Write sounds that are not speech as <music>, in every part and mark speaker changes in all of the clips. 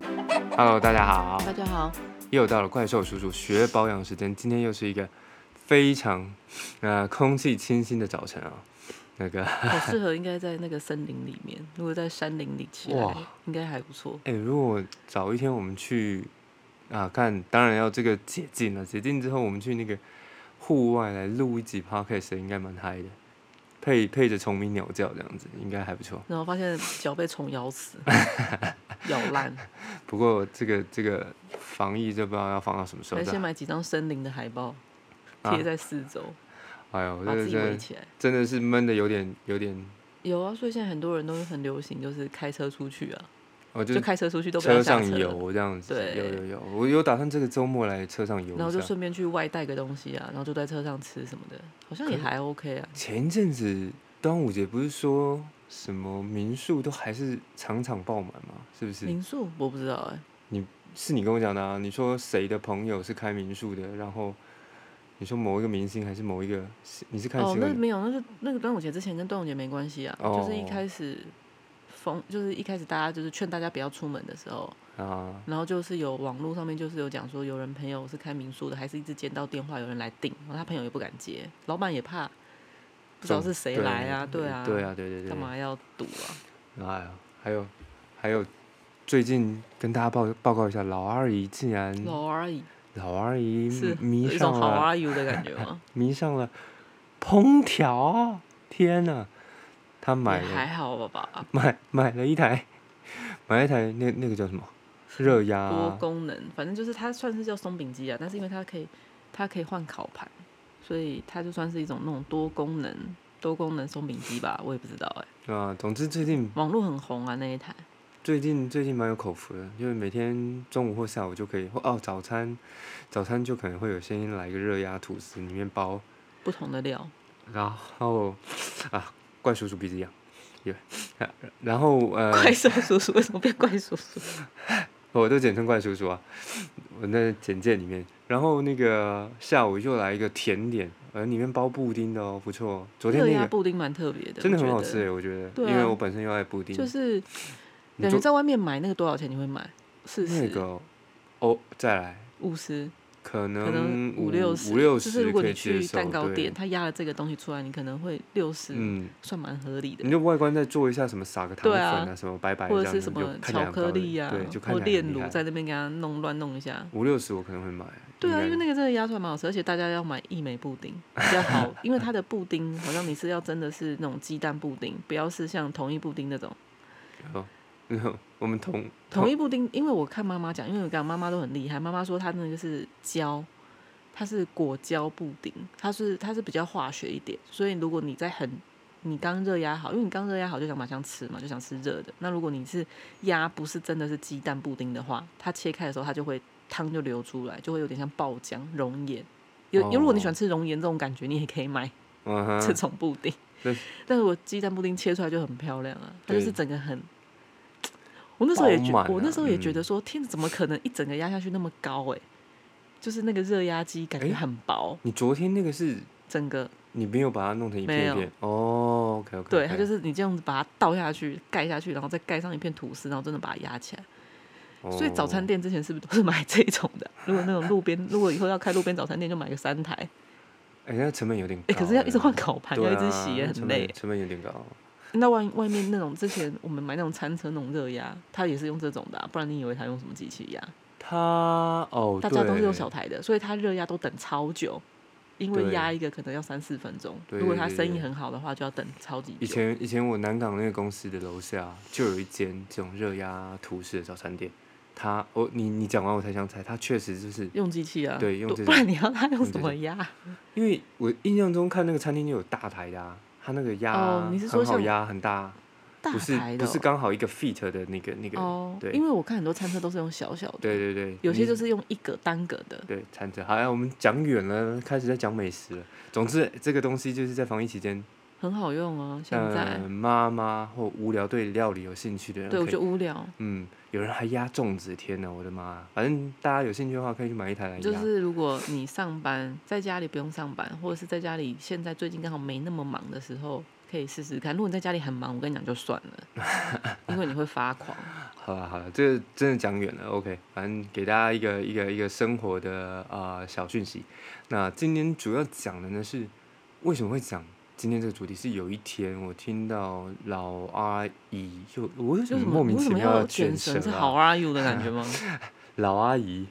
Speaker 1: Hello，大家好，
Speaker 2: 大家
Speaker 1: <laughs>
Speaker 2: 好，
Speaker 1: 又到了怪兽叔叔学保养时间。今天又是一个非常呃空气清新的早晨啊、那个
Speaker 2: 好适合应该在那个森林里面，如果在山林里起来
Speaker 1: 哇，
Speaker 2: 应该还不错。
Speaker 1: 哎、如果早一天我们去啊，看，当然要这个解禁了。解禁之后，我们去那个户外来录一集 podcast，应该蛮嗨的，配配着虫鸣鸟叫这样子，应该还不错。
Speaker 2: 然后发现脚被虫
Speaker 1: <laughs>
Speaker 2: 咬死，咬烂，
Speaker 1: 不过这个这个防疫就不知道要防到什么时候
Speaker 2: 还
Speaker 1: 再
Speaker 2: 哎先。买几张森林的海报
Speaker 1: 啊
Speaker 2: 贴在四周，
Speaker 1: 哎呦，
Speaker 2: 把自
Speaker 1: 这
Speaker 2: 己围
Speaker 1: 这
Speaker 2: 起来。
Speaker 1: 真的是闷的有点有点，
Speaker 2: 有啊，所以现在很多人都很流行，就是开车出去啊，
Speaker 1: 哦，
Speaker 2: 就开车出去都不要
Speaker 1: 车
Speaker 2: 下
Speaker 1: 上
Speaker 2: 车，
Speaker 1: 游这样子，
Speaker 2: 对
Speaker 1: 有有有，我有打算这个周末来车上游
Speaker 2: 然后
Speaker 1: 一
Speaker 2: 就
Speaker 1: 下。
Speaker 2: 顺便去外带个东西啊，然后就在车上吃什么的，好像也
Speaker 1: 可
Speaker 2: 还 OK 啊。
Speaker 1: 前一阵子端午节不是说什么民宿都还是场场爆满吗？是不是？
Speaker 2: 民宿我不知道哎、
Speaker 1: 是你跟我讲的啊？你说谁的朋友是开民宿的？然后你说某一个明星还是某一个，你是看
Speaker 2: 哦，
Speaker 1: 新
Speaker 2: 那
Speaker 1: 闻？
Speaker 2: 没有，那是那个端午节之前跟端午节没关系啊，就是一
Speaker 1: 哦
Speaker 2: 开始封，就是一开始大家就是劝大家不要出门的时候，
Speaker 1: 啊，
Speaker 2: 然后就是有网络上面就是有讲说，有人朋友是开民宿的，还是一直接到电话有人来订，然后他朋友也不敢接，老板也怕不知道
Speaker 1: 中
Speaker 2: 是谁
Speaker 1: 对
Speaker 2: 来啊，对
Speaker 1: 对
Speaker 2: 啊，
Speaker 1: 对啊，对对对。
Speaker 2: 干嘛要赌啊？
Speaker 1: 哎呀，还有还有，最近跟大家报报告一下，老二姨竟然
Speaker 2: 老阿姨
Speaker 1: 老二姨
Speaker 2: 是有
Speaker 1: 迷
Speaker 2: 一种
Speaker 1: 上
Speaker 2: 好
Speaker 1: 了
Speaker 2: 阿姨的感觉吗？
Speaker 1: 迷上了烹调，啊天呐，他 <laughs> 买
Speaker 2: 也
Speaker 1: 了
Speaker 2: 还好吧吧，
Speaker 1: 买买了一台，买了一台那那个叫什么热压啊
Speaker 2: 多功能，反正就是它算是叫松饼机啊，但是因为它可以，它可以换烤盘，所以它就算是一种那种多功能、多功能松饼机吧，我也不知道哎、
Speaker 1: 啊。总之最近
Speaker 2: 网络很红啊那一台，
Speaker 1: 最近最近蛮有口福的，就是每天中午或下午就可以，或哦早餐早餐就可能会有先来个热压吐司，里面包，
Speaker 2: 不同的料，
Speaker 1: 然后啊怪叔叔鼻子痒，也然后呃
Speaker 2: 怪兽叔叔为什么变怪叔叔？
Speaker 1: 哦我都简称怪叔叔啊， <sniffs> 我那简介里面。然后那个下午又来一个甜点，呃，里面包布丁的哦，不错哦。昨天
Speaker 2: 热
Speaker 1: 那
Speaker 2: 压
Speaker 1: 个
Speaker 2: 布丁蛮特别的，
Speaker 1: 真的
Speaker 2: 我
Speaker 1: 很
Speaker 2: 觉
Speaker 1: 好
Speaker 2: 得
Speaker 1: 吃诶，欸我觉得，
Speaker 2: 对
Speaker 1: 因为
Speaker 2: 啊
Speaker 1: 我本身又爱布丁。
Speaker 2: 就是
Speaker 1: 你
Speaker 2: 感觉
Speaker 1: 昨
Speaker 2: 在外面买那个多少钱你会买？四
Speaker 1: 那
Speaker 2: 十、
Speaker 1: 个哦，再来，
Speaker 2: 五十，
Speaker 1: 可
Speaker 2: 可能
Speaker 1: 能
Speaker 2: 五六十，
Speaker 1: 五六
Speaker 2: 就是
Speaker 1: 十
Speaker 2: 如果
Speaker 1: 可
Speaker 2: 你
Speaker 1: 以接
Speaker 2: 去
Speaker 1: 受。
Speaker 2: 蛋糕
Speaker 1: 对
Speaker 2: 店，，它压了这个东西出来，你可能会六十、
Speaker 1: 嗯，
Speaker 2: 算蛮合理的
Speaker 1: 你。就外观再做一下什么撒个糖
Speaker 2: 对
Speaker 1: 粉
Speaker 2: 啊
Speaker 1: 啊，什么白白的
Speaker 2: 或
Speaker 1: 这
Speaker 2: 者
Speaker 1: 样
Speaker 2: 是
Speaker 1: 子，就
Speaker 2: 什么
Speaker 1: 看起来
Speaker 2: 巧
Speaker 1: 很
Speaker 2: 克
Speaker 1: 高
Speaker 2: 力
Speaker 1: 级
Speaker 2: 呀、
Speaker 1: 对，就看
Speaker 2: 或
Speaker 1: 起来
Speaker 2: 炼
Speaker 1: 很厉
Speaker 2: 乳
Speaker 1: 害
Speaker 2: 在那边给它弄乱弄一下。
Speaker 1: 五六十我可能会买。
Speaker 2: 对
Speaker 1: 应
Speaker 2: 啊，
Speaker 1: 该
Speaker 2: 因为那个真的压出来蛮好吃，而且大家要买一枚布丁比
Speaker 1: <laughs>
Speaker 2: 较好，因为它的布丁好像你是要真的是那种鸡蛋布丁，不要是像同一布丁那种。
Speaker 1: 然后 <laughs> 我们同
Speaker 2: 统一布丁，因为我看妈妈讲，因为我讲妈妈都很厉害，妈妈说她那个是胶，它是果胶布丁，它是它是比较化学一点，所以如果你在很你刚热压好，因为你刚热压好就想马上吃嘛，就想吃热的。那如果你是压不是真的是鸡蛋布丁的话，它切开的时候它就会汤就流出来，就会有点像爆浆熔岩。有有，如果你喜欢吃熔岩这种感觉，你也可以买
Speaker 1: 嗯
Speaker 2: <laughs> 这
Speaker 1: 哼，
Speaker 2: 种布丁。
Speaker 1: 对
Speaker 2: 但是我鸡蛋布丁切出来就很漂亮啊，它
Speaker 1: 对
Speaker 2: 就是整个很。我那时候也觉
Speaker 1: 饱满啊
Speaker 2: 我那时候也觉得
Speaker 1: 嗯
Speaker 2: 说，天，怎么可能一整个压下去那么高、欸？哎，就是那个热压机感觉
Speaker 1: 诶
Speaker 2: 很薄，
Speaker 1: 你昨天那个是
Speaker 2: 整个
Speaker 1: 你没有把它弄成一
Speaker 2: 没
Speaker 1: 片一
Speaker 2: 有
Speaker 1: 片哦，OK OK，、
Speaker 2: 对，它就是是你这样子把它倒下去，盖下去，然后再盖上一片吐司，然后真的把它压起来。所以早餐
Speaker 1: 哦
Speaker 2: 店之前是不是都是买这种的？ <laughs> 如果那种路边，如果以后要开路边早餐店，就买个三台。
Speaker 1: 哎、那成本有点高
Speaker 2: 哎、
Speaker 1: 欸、
Speaker 2: 可是要一直换烤盘，
Speaker 1: 对
Speaker 2: 要
Speaker 1: 啊，
Speaker 2: 一直洗也很
Speaker 1: 成
Speaker 2: 累
Speaker 1: 本，。成本有点高。
Speaker 2: 那外外面那种之前我们买那种餐车那种热压，它也是用这种的啊、不然你以为它用什么机器压？
Speaker 1: 它哦，
Speaker 2: 大家都是用
Speaker 1: 对
Speaker 2: 小台的，所以它热压都等超久，因为
Speaker 1: 对
Speaker 2: 压一个可能要三四分钟。
Speaker 1: 对
Speaker 2: 如果他
Speaker 1: 对对
Speaker 2: 生意
Speaker 1: 对
Speaker 2: 很好的话，就要等超级
Speaker 1: 以
Speaker 2: 久。
Speaker 1: 前以前我南港那个公司的楼下就有一间这种热压图式的早餐店，它哦，你你讲完我才想起来，它确实就是
Speaker 2: 用机器啊，
Speaker 1: 对用
Speaker 2: 不
Speaker 1: 这
Speaker 2: 不
Speaker 1: 种
Speaker 2: 然你要它用
Speaker 1: 用
Speaker 2: 什
Speaker 1: 这
Speaker 2: 么
Speaker 1: 种
Speaker 2: 压？
Speaker 1: 因为我印象中看那个餐厅就有大台的啊，它那个压、
Speaker 2: 哦你是说
Speaker 1: 很好
Speaker 2: 像
Speaker 1: 压很大，
Speaker 2: 大
Speaker 1: <laughs> 不是
Speaker 2: 台的
Speaker 1: 不
Speaker 2: 哦、
Speaker 1: 是刚好一个 feet 的那个那个，
Speaker 2: 哦
Speaker 1: 对，
Speaker 2: 因为我看很多餐车都是用小小的，
Speaker 1: 对对对，
Speaker 2: 有些
Speaker 1: 你
Speaker 2: 就是用一格单格的。
Speaker 1: 对，餐车。好，哎我们讲远了，开始在讲美食了。总之，这个东西就是在防疫期间，
Speaker 2: 很好用啊，现在。
Speaker 1: 呃，妈妈或无聊对料理有兴趣的人，
Speaker 2: 对，我
Speaker 1: 可以
Speaker 2: 觉得无聊。
Speaker 1: 嗯，有人还压粽子，天哪，我的妈呀！反正大家有兴趣的话，可以去买一台来压。
Speaker 2: 就是如果你上班在家里不用上班，或者是在家里现在最近刚好没那么忙
Speaker 1: <laughs>
Speaker 2: 的时候，可以试试看。如果你在家里很忙，我跟你讲就算了，因为你会发狂。
Speaker 1: 好了好了，这个真的讲远了。OK，反正给大家一个一个一个生活的啊、呃小讯息。那今天主要讲的呢是为什么会讲今天这个主题？是有一天我听到老阿姨就我为
Speaker 2: 就什么
Speaker 1: 莫名
Speaker 2: 为什
Speaker 1: 其
Speaker 2: 么
Speaker 1: 妙
Speaker 2: 要
Speaker 1: 地卷
Speaker 2: 神是
Speaker 1: 啊
Speaker 2: 好 are you 的感觉吗？
Speaker 1: 老阿姨，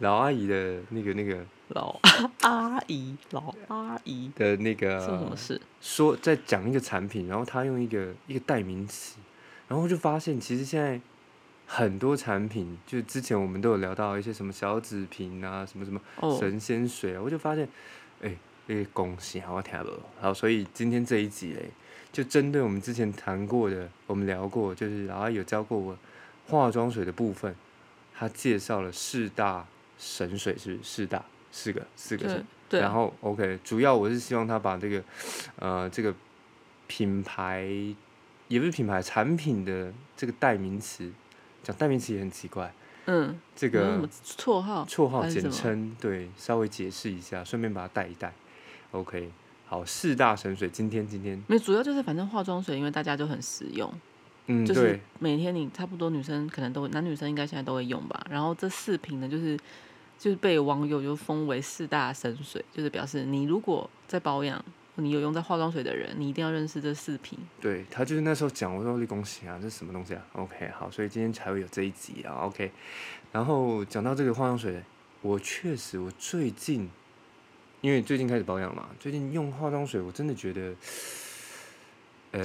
Speaker 1: 老阿姨的那个那个
Speaker 2: 老阿姨，老阿姨
Speaker 1: 的那个
Speaker 2: 做什么事？
Speaker 1: 说在讲一个产品，然后他用一个一个代名词，然后我就发现其实现在很多产品，就之前我们都有聊到一些什么小纸瓶啊，什么什么
Speaker 2: 哦，
Speaker 1: 神仙水啊，我就发现，哎、那个恭喜啊，我听不懂。好，所以今天这一集嘞，就针对我们之前谈过的，我们聊过，就是然后有教过我化妆水的部分，他介绍了四大神水是不是四大四个四个神
Speaker 2: 对对，啊
Speaker 1: 然后 OK，主要我是希望他把这个，呃，这个品牌也不是品牌产品的这个代名词，讲代名词也很奇怪，
Speaker 2: 嗯，
Speaker 1: 这
Speaker 2: 有什
Speaker 1: 个
Speaker 2: 么绰号？
Speaker 1: 绰号
Speaker 2: 还是什
Speaker 1: 简
Speaker 2: 么
Speaker 1: 称，对，稍微解释一下，顺便把它带一带。OK，好，四大神水，今天今天，
Speaker 2: 没有，主要就是反正化妆水，因为大家就很实用，
Speaker 1: 嗯，
Speaker 2: 就是
Speaker 1: 对，
Speaker 2: 每天你差不多女生可能都会，男女生应该现在都会用吧。然后这四瓶呢，就是就是被网友就封为四大神水，就是表示你如果在保养，你有用在化妆水的人，你一定要认识这四瓶。
Speaker 1: 对他就是那时候讲，我说你恭喜啊，这是什么东西啊？OK，好，所以今天才会有这一集啊。OK，然后讲到这个化妆水，我确实我最近，因为最近开始保养嘛，最近用化妆水，我真的觉得，呃，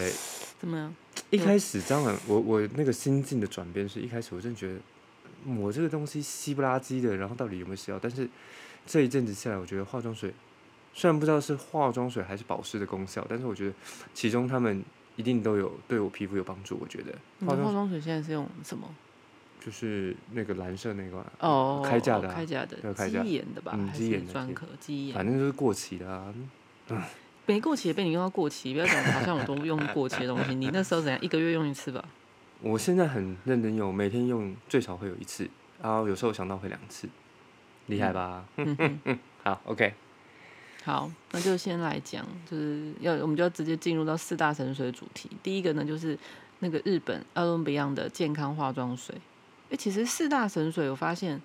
Speaker 2: 怎么样？
Speaker 1: 一
Speaker 2: 嗯
Speaker 1: 开始当然我我那个心境的转变是一开始我真的觉得抹这个东西稀不拉几的，然后到底有没有效？但是这一阵子下来，我觉得化妆水虽然不知道是化妆水还是保湿的功效，但是我觉得其中它们一定都有对我皮肤有帮助。我觉得
Speaker 2: 你
Speaker 1: 化
Speaker 2: 的化
Speaker 1: 妆
Speaker 2: 妆水现在是用什么？
Speaker 1: 就是那个蓝色那个啊
Speaker 2: 哦，
Speaker 1: 开架的啊
Speaker 2: 开架的
Speaker 1: 对，开架
Speaker 2: 肌研的吧，
Speaker 1: 嗯
Speaker 2: 还
Speaker 1: 肌
Speaker 2: 是
Speaker 1: 研的
Speaker 2: 专
Speaker 1: 肌
Speaker 2: 科肌研？
Speaker 1: 反正就是过期的啊。
Speaker 2: 没过期也被你用到过期，不要讲得好像我都用过期的东西。你那时候怎样？一个月用一次吧。
Speaker 1: 我现在很认真用，每天用最少会有一次，然后有时候想到会两次，厉害吧？
Speaker 2: 嗯哼，
Speaker 1: <laughs> 好，OK，
Speaker 2: 好，那就先来讲，就是要我们就要直接进入到四大神水的主题。第一个呢，就是那个日本奥伦比昂的健康化妆水。哎、其实四大神水，我发现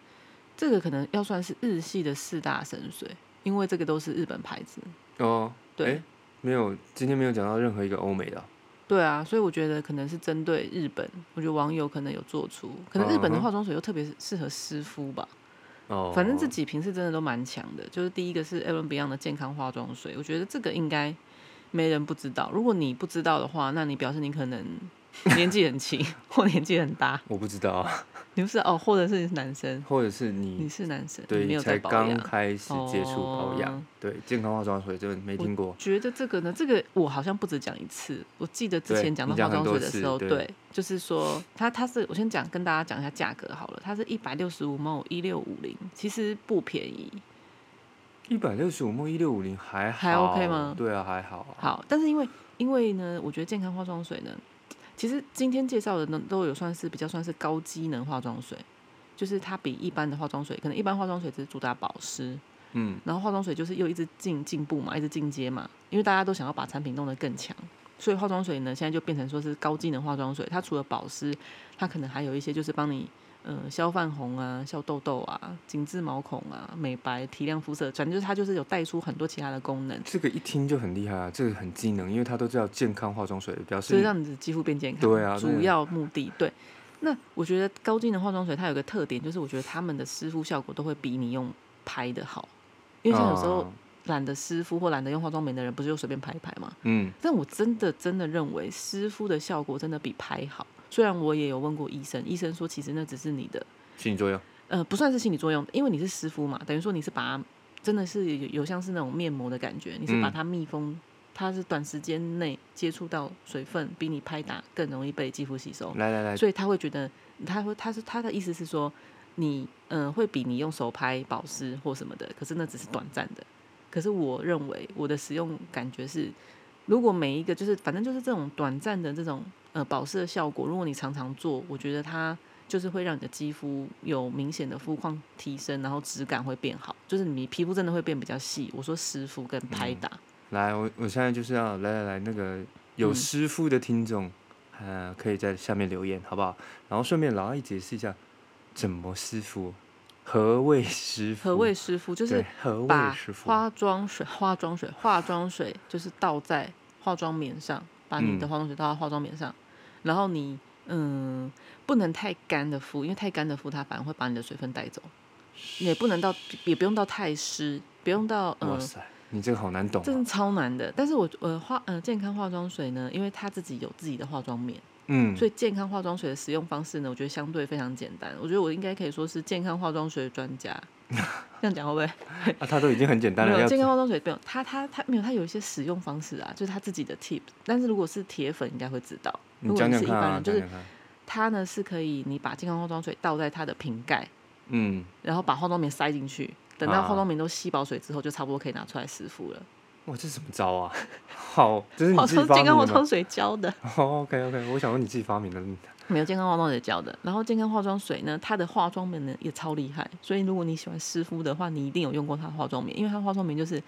Speaker 2: 这个可能要算是日系的四大神水，因为这个都是日本牌子。
Speaker 1: 哦，
Speaker 2: 对、
Speaker 1: 诶没有，今天没有讲到任何一个欧美的啊、
Speaker 2: 对啊，所以我觉得可能是针对日本，我觉得网友可能有做出，可能日本
Speaker 1: 嗯
Speaker 2: 的
Speaker 1: 哼
Speaker 2: 化妆水又特别适合湿敷吧。
Speaker 1: 哦，
Speaker 2: 反正这几瓶是真的都蛮强的，就是第一个是 Ellen Beyond 的健康化妆水，我觉得这个应该没人不知道。如果你不知道的话，那你表示你
Speaker 1: <laughs>
Speaker 2: 可能年纪很轻或年纪很大，
Speaker 1: 我不知道啊，
Speaker 2: 你不是哦，或者是你是男生，
Speaker 1: <laughs> 或者是
Speaker 2: 你
Speaker 1: 你
Speaker 2: 是男生，你没
Speaker 1: 对
Speaker 2: 有
Speaker 1: 才
Speaker 2: 在保
Speaker 1: 刚
Speaker 2: 养。
Speaker 1: 开始接触保养，
Speaker 2: 哦
Speaker 1: 对健康化妆水这个没听过，
Speaker 2: 觉得这个呢，这个我好像不止讲一次，我记得之
Speaker 1: 对
Speaker 2: 前讲
Speaker 1: 你
Speaker 2: 到
Speaker 1: 讲
Speaker 2: 化妆
Speaker 1: 很多
Speaker 2: 水的时
Speaker 1: 次
Speaker 2: 候，
Speaker 1: 对
Speaker 2: 就是说它它是我先讲跟大家讲一下价格好了，它是一百六十五毛一六五零，其实不便宜，
Speaker 1: 一百六十五摸一六五零还好
Speaker 2: 还 OK 吗
Speaker 1: 对啊，还好啊，
Speaker 2: 好，但是因为因为呢，我觉得健康化妆水呢，其实今天介绍的呢都有算是比较算是高机能化妆水，就是它比一般的化妆水，可能一般化妆水只是主打保湿，
Speaker 1: 嗯，
Speaker 2: 然后化妆水就是又一直进进步嘛，一直进阶嘛，因为大家都想要把产品弄得更强。所以化妆水呢，现在就变成说是高机能化妆水，它除了保湿，它可能还有一些就是帮你呃消泛红啊、消痘痘啊、紧致毛孔啊、美白、提亮肤色，反正就是它就是有带出很多其他的功能，
Speaker 1: 这个一听就很厉害啊，这个很机能，因为它都知道健康化妆水，表
Speaker 2: 就是
Speaker 1: 示
Speaker 2: 让你的肌肤变健康。
Speaker 1: 对啊
Speaker 2: 主
Speaker 1: 对
Speaker 2: 要目的对。那我觉得高精的化妆水它有个特点，就是我觉得他们的湿敷效果都会比你用拍的好，因为像有时候
Speaker 1: 啊
Speaker 2: 懒得湿敷或懒得用化妆棉的人，不是就随便拍一拍嘛？
Speaker 1: 嗯
Speaker 2: 但我真的真的认为湿敷的效果真的比拍好。虽然我也有问过医生，医生说其实那只是你的
Speaker 1: 心理作用，
Speaker 2: 呃，不算是心理作用，因为你是湿敷嘛，等于说你是把它真的是有有像是那种面膜的感觉，你是把
Speaker 1: 嗯
Speaker 2: 它密封，它是短时间内接触到水分，比你拍打更容易被肌肤吸收，
Speaker 1: 来来来，
Speaker 2: 哦所以他会觉得他会他是他的意思是说，你嗯、呃会比你用手拍保湿或什么的，可是那只是短暂的。可是我认为我的使用感觉是，如果每一个就是反正就是这种短暂的这种呃保湿的效果，如果你常常做，我觉得它就是会让你的肌肤有明显的肤况提升，然后质感会变好，就是你皮肤真的会变比较细。我说湿敷跟拍打，
Speaker 1: 来我我现在就是要来来来那个有
Speaker 2: 嗯
Speaker 1: 湿敷的听众。呃，可以在下面留言，好不好？然后顺便老阿姨解释一下，怎么湿敷？何谓湿敷？
Speaker 2: 何谓湿敷？就是
Speaker 1: 对何谓
Speaker 2: 把
Speaker 1: 湿敷？
Speaker 2: 化妆水、化妆水、化妆水就是倒在化妆棉上，把你的
Speaker 1: 嗯
Speaker 2: 化妆水倒到化妆棉上，然后你嗯不能太干的敷，因为太干的敷它反而会把你的水分带走，也不能到也不用到太湿，不用到
Speaker 1: 哇
Speaker 2: 嗯。
Speaker 1: 塞，你这个好难懂、
Speaker 2: 真
Speaker 1: 啊。
Speaker 2: 的超难的，但是我呃化呃健康化妆水呢，因为它自己有自己的化妆棉，
Speaker 1: 嗯，
Speaker 2: 所以健康化妆水的使用方式呢，我觉得相对非常简单。我觉得我应该可以说是健康化妆水的专
Speaker 1: <laughs>
Speaker 2: 家，这样讲会不会？
Speaker 1: 啊，它都已经很简单了，
Speaker 2: 没有
Speaker 1: 要
Speaker 2: 健康化妆水没有，它它它没有，它有一些使用方式啊，就是它自己的 tip。但是如果是铁粉，应该会知道。
Speaker 1: 你
Speaker 2: 如果
Speaker 1: 讲
Speaker 2: 你
Speaker 1: 讲
Speaker 2: 是一
Speaker 1: 看
Speaker 2: 般
Speaker 1: 啊，
Speaker 2: 人，就
Speaker 1: 讲
Speaker 2: 是
Speaker 1: 讲看。
Speaker 2: 它呢是可以，你把健康化妆水倒在它的瓶盖，
Speaker 1: 嗯，
Speaker 2: 然后把化妆棉塞进去，等到
Speaker 1: 啊
Speaker 2: 化妆棉都吸饱水之后，就差不多可以拿出来湿敷了。
Speaker 1: 哇，这什么招啊？ <laughs> 好，这是你
Speaker 2: 化
Speaker 1: 自己
Speaker 2: 妆
Speaker 1: 发
Speaker 2: 健
Speaker 1: 明的
Speaker 2: 康化
Speaker 1: 吗
Speaker 2: 妆水教的，
Speaker 1: ？OK OK，我想问你自己发明的。
Speaker 2: 没有健康化妆水教的。然后健康化妆水呢，它的化妆棉呢也超厉害，所以如果你喜欢湿敷的话，你一定有用过它的化妆棉，因为它化妆棉就是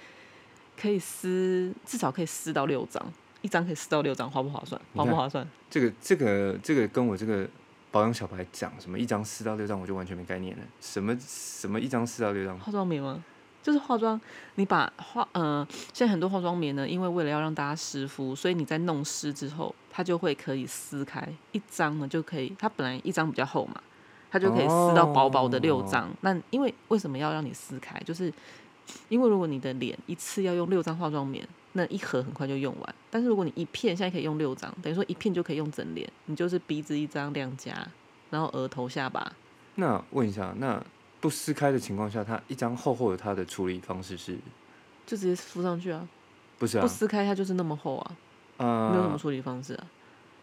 Speaker 2: 可以撕，至少可以撕到六张，一张可以撕到六张，划不划算？
Speaker 1: 你
Speaker 2: 划
Speaker 1: 看
Speaker 2: 不划算？
Speaker 1: 这个这个这个跟我这个保养小白讲什么一张四到六张，我就完全没概念了。什么什么一张四到六张？
Speaker 2: 化妆棉吗？就是化妆，你把化呃，现在很多化妆棉呢，因为为了要让大家湿敷，所以你在弄湿之后，它就会可以撕开一张呢，就可以，它本来一张比较厚嘛，它就可以撕到薄薄的六张。那因为为什么要让你撕开？就是因为如果你的脸一次要用六张化妆棉，那一盒很快就用完。但是如果你一片现在可以用六张，等于说一片就可以用整脸，你就是鼻子一张，两颊，然后额头、下巴，
Speaker 1: 那问一下，那不撕开的情况下，它一张厚厚的，它的处理方式是
Speaker 2: 就直接敷上去啊。
Speaker 1: 不是啊
Speaker 2: 不？撕开它就是那么厚啊，没有什么
Speaker 1: 呃，
Speaker 2: 处理方式啊。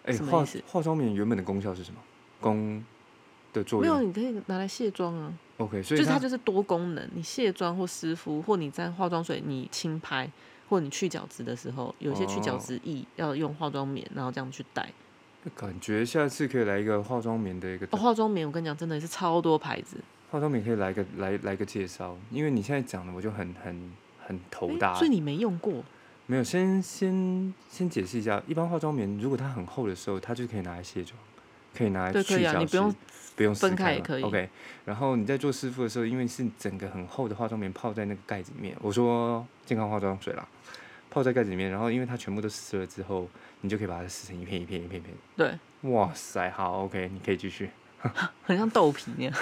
Speaker 1: 哎、
Speaker 2: 什么
Speaker 1: 化
Speaker 2: 意思
Speaker 1: 化妆棉原本的功效是什么？功的作
Speaker 2: 没有，
Speaker 1: 用
Speaker 2: 你可以拿来卸妆啊，
Speaker 1: ？OK，所
Speaker 2: 就
Speaker 1: 以
Speaker 2: 是它就是多功能。你卸妆或湿敷，或你在化妆水你轻拍，或你去角质的时候，有一些去角
Speaker 1: 哦
Speaker 2: 质液要用化妆棉，然后这样去带。
Speaker 1: 感觉下次可以来一个化妆棉的一个
Speaker 2: 哦，化妆棉我跟你讲，真的是超多牌子。
Speaker 1: 化妆品可以来个来来个介绍，因为你现在讲的我就很很很头大。
Speaker 2: 诶所以你没用过，
Speaker 1: 没有，先先先解释一下，一般化妆棉如果它很厚的时候，它就可以拿来卸妆，可以拿来
Speaker 2: 对，可
Speaker 1: 去
Speaker 2: 以啊，
Speaker 1: 角
Speaker 2: 你
Speaker 1: 质，
Speaker 2: 不用
Speaker 1: 不用撕
Speaker 2: 分开也
Speaker 1: 嘛
Speaker 2: 可以
Speaker 1: OK，然后你在做湿敷的时候，因为是整个很厚的化妆棉泡在那个盖子里面，我说健康化妆水啦，泡在盖子里面，然后因为它全部都湿了之后，你就可以把它撕成一片一片一片一片。
Speaker 2: 对，
Speaker 1: 哇塞，好 OK，你可以继续。
Speaker 2: 很像豆皮
Speaker 1: <laughs>
Speaker 2: 那样。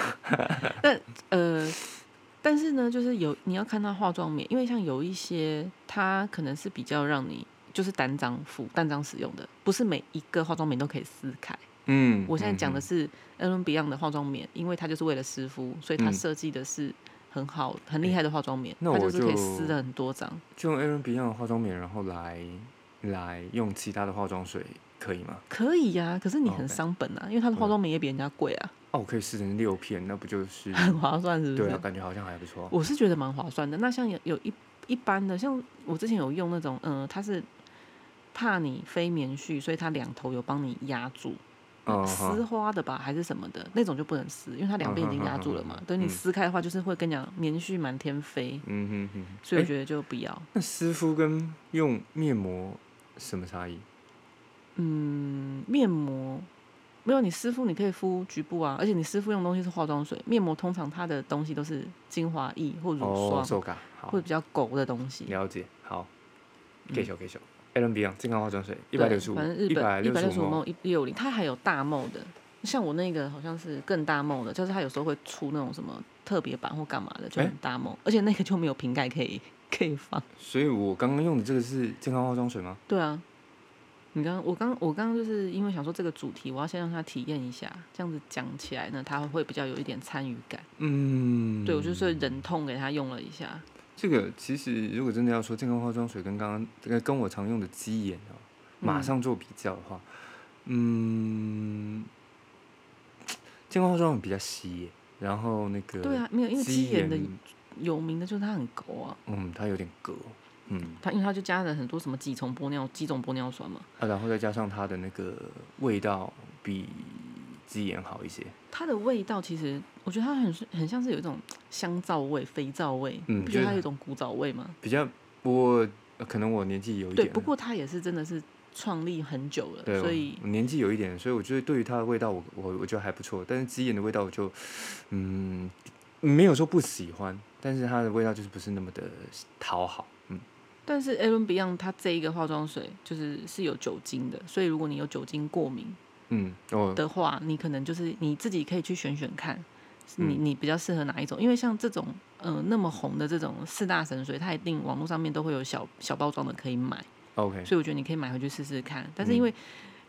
Speaker 2: 但呃，但是呢，就是有你要看它化妆棉，因为像有一些它可能是比较让你就是单张敷、单张使用的，不是每一个化妆棉都可以撕开。
Speaker 1: 嗯，
Speaker 2: 我现在讲的
Speaker 1: 嗯
Speaker 2: 是 a l n Beyond 的化妆棉，因为它就是为了湿敷，所以它
Speaker 1: 嗯
Speaker 2: 设计的是很好、很厉害的化妆棉，
Speaker 1: 那
Speaker 2: 它
Speaker 1: 我
Speaker 2: 就是可以
Speaker 1: 就
Speaker 2: 撕了很多张。
Speaker 1: 哼嗯就用 Aaron Beyond 的化妆棉，然后来来用其他的化妆水，可以吗？
Speaker 2: 可以呀、可是你很
Speaker 1: OK 嗯
Speaker 2: 伤本啊，因为它的化妆棉也比人家贵啊，
Speaker 1: 哦，我可以撕成六片，那不就是？
Speaker 2: <laughs> 很划算，是不
Speaker 1: 嗯对
Speaker 2: 是
Speaker 1: 啊，？感觉好像还不错。
Speaker 2: 我是觉得蛮划算的。那像有有一一般的，像我之前有用那种，嗯、它是怕你飞棉絮，所以它两头有帮你压住，
Speaker 1: 嗯
Speaker 2: 丝
Speaker 1: 哼，
Speaker 2: 花的吧还是什么的那种就不能撕，因为它两边已经压住了
Speaker 1: 嗯
Speaker 2: 嘛
Speaker 1: 哼哼。哼
Speaker 2: 等你
Speaker 1: 嗯
Speaker 2: 撕开的话，就是会跟你讲棉絮满天飞，
Speaker 1: 嗯哼哼哼。
Speaker 2: 所以我
Speaker 1: 诶
Speaker 2: 觉得就不要。
Speaker 1: 那湿敷跟用面膜什么差异？
Speaker 2: 嗯，面膜没有你湿敷，你可以敷局部啊，而且你湿敷用的东西是化妆水，面膜通常它的东西都是精华液或乳
Speaker 1: 哦，
Speaker 2: 霜，
Speaker 1: 手感好
Speaker 2: 或者，比较狗的东西。
Speaker 1: 了解，好，
Speaker 2: 嗯
Speaker 1: 给手给手。a l n Beyond 健康化妆水，一
Speaker 2: 对
Speaker 1: 百六十五，
Speaker 2: 反正日
Speaker 1: 一百
Speaker 2: 本一
Speaker 1: 六
Speaker 2: 百
Speaker 1: 十
Speaker 2: 六十五
Speaker 1: 五
Speaker 2: 梦一六零，它还有大梦的，像我那个好像是更大梦的，就是它有时候会出那种什么特别版或干嘛的，就
Speaker 1: 哎
Speaker 2: 很大梦，而且那个就没有瓶盖可以 <laughs> 可以放。
Speaker 1: 所以我刚刚用的这个是健康化妆水吗？
Speaker 2: 对啊，你刚我刚我刚刚就是因为想说这个主题，我要先让他体验一下，这样子讲起来呢，他会比较有一点参与感。
Speaker 1: 嗯，
Speaker 2: 对我就是忍痛给他用了一下，
Speaker 1: 这个其实如果真的要说健康化妆水跟刚刚跟跟我常用的肌研哦，马
Speaker 2: 嗯
Speaker 1: 上做比较的话，嗯，健康化妆水比较稀耶，然后那个
Speaker 2: 对啊，没有，因为
Speaker 1: 肌
Speaker 2: 基研
Speaker 1: 研
Speaker 2: 的有名的就是它很狗啊，
Speaker 1: 嗯，它有点隔，嗯
Speaker 2: 它因为它就加了很多什么几重玻尿几种玻尿酸嘛，
Speaker 1: 啊，然后再加上它的那个味道比肌研好一些，
Speaker 2: 它的味道其实我觉得它很是很像是有一种香皂味、肥皂味，
Speaker 1: 嗯
Speaker 2: 你不觉
Speaker 1: 就
Speaker 2: 得
Speaker 1: 是
Speaker 2: 它有一种古早味吗？
Speaker 1: 比较我呃可能我年纪有一
Speaker 2: 对，
Speaker 1: 点
Speaker 2: 不
Speaker 1: 了
Speaker 2: 过它也是真的是创立很久了，
Speaker 1: 对，哦
Speaker 2: 所
Speaker 1: 我
Speaker 2: 以
Speaker 1: 我年纪有一点，所以我觉得对于它的味道我，我我觉得还不错。但是鸡眼的味道，我就嗯没有说不喜欢，但是它的味道就是不是那么的讨好。嗯，
Speaker 2: 但是 a l a n Beyond 它这一个化妆水就是是有酒精的，所以如果你有酒精过敏
Speaker 1: 嗯，哦，
Speaker 2: 的话，你可能就是你自己可以去选选看，你你比较适合哪一种？因为像这种呃那么红的这种四大神水，它一定网络上面都会有小小包装的可以买，
Speaker 1: OK，
Speaker 2: 所以我觉得你可以买回去试试看。但是因为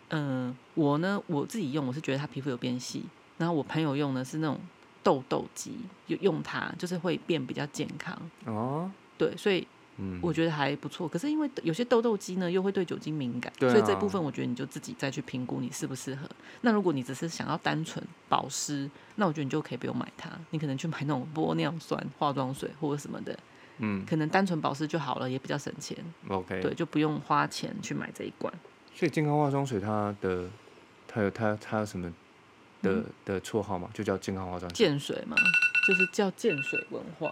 Speaker 2: 嗯、呃我呢我自己用，我是觉得它皮肤有变细，然后我朋友用呢是那种痘痘肌，用用它就是会变比较健康。
Speaker 1: 哦，
Speaker 2: 对，所以
Speaker 1: 嗯，
Speaker 2: 我觉得还不错。可是因为有些痘痘肌呢，又会对酒精敏感，
Speaker 1: 对啊
Speaker 2: 所以这部分我觉得你就自己再去评估你适不适合。那如果你只是想要单纯保湿，那我觉得你就可以不用买它，你可能去买那种玻尿酸化妆水或者什么的，
Speaker 1: 嗯
Speaker 2: 可能单纯保湿就好了，也比较省钱。
Speaker 1: ，OK，
Speaker 2: 对，就不用花钱去买这一罐。
Speaker 1: 所以健康化妆水它的它有它它有什么的、
Speaker 2: 嗯
Speaker 1: 的绰号吗？就叫健康化妆水。
Speaker 2: 见水嘛，就是叫见水文化。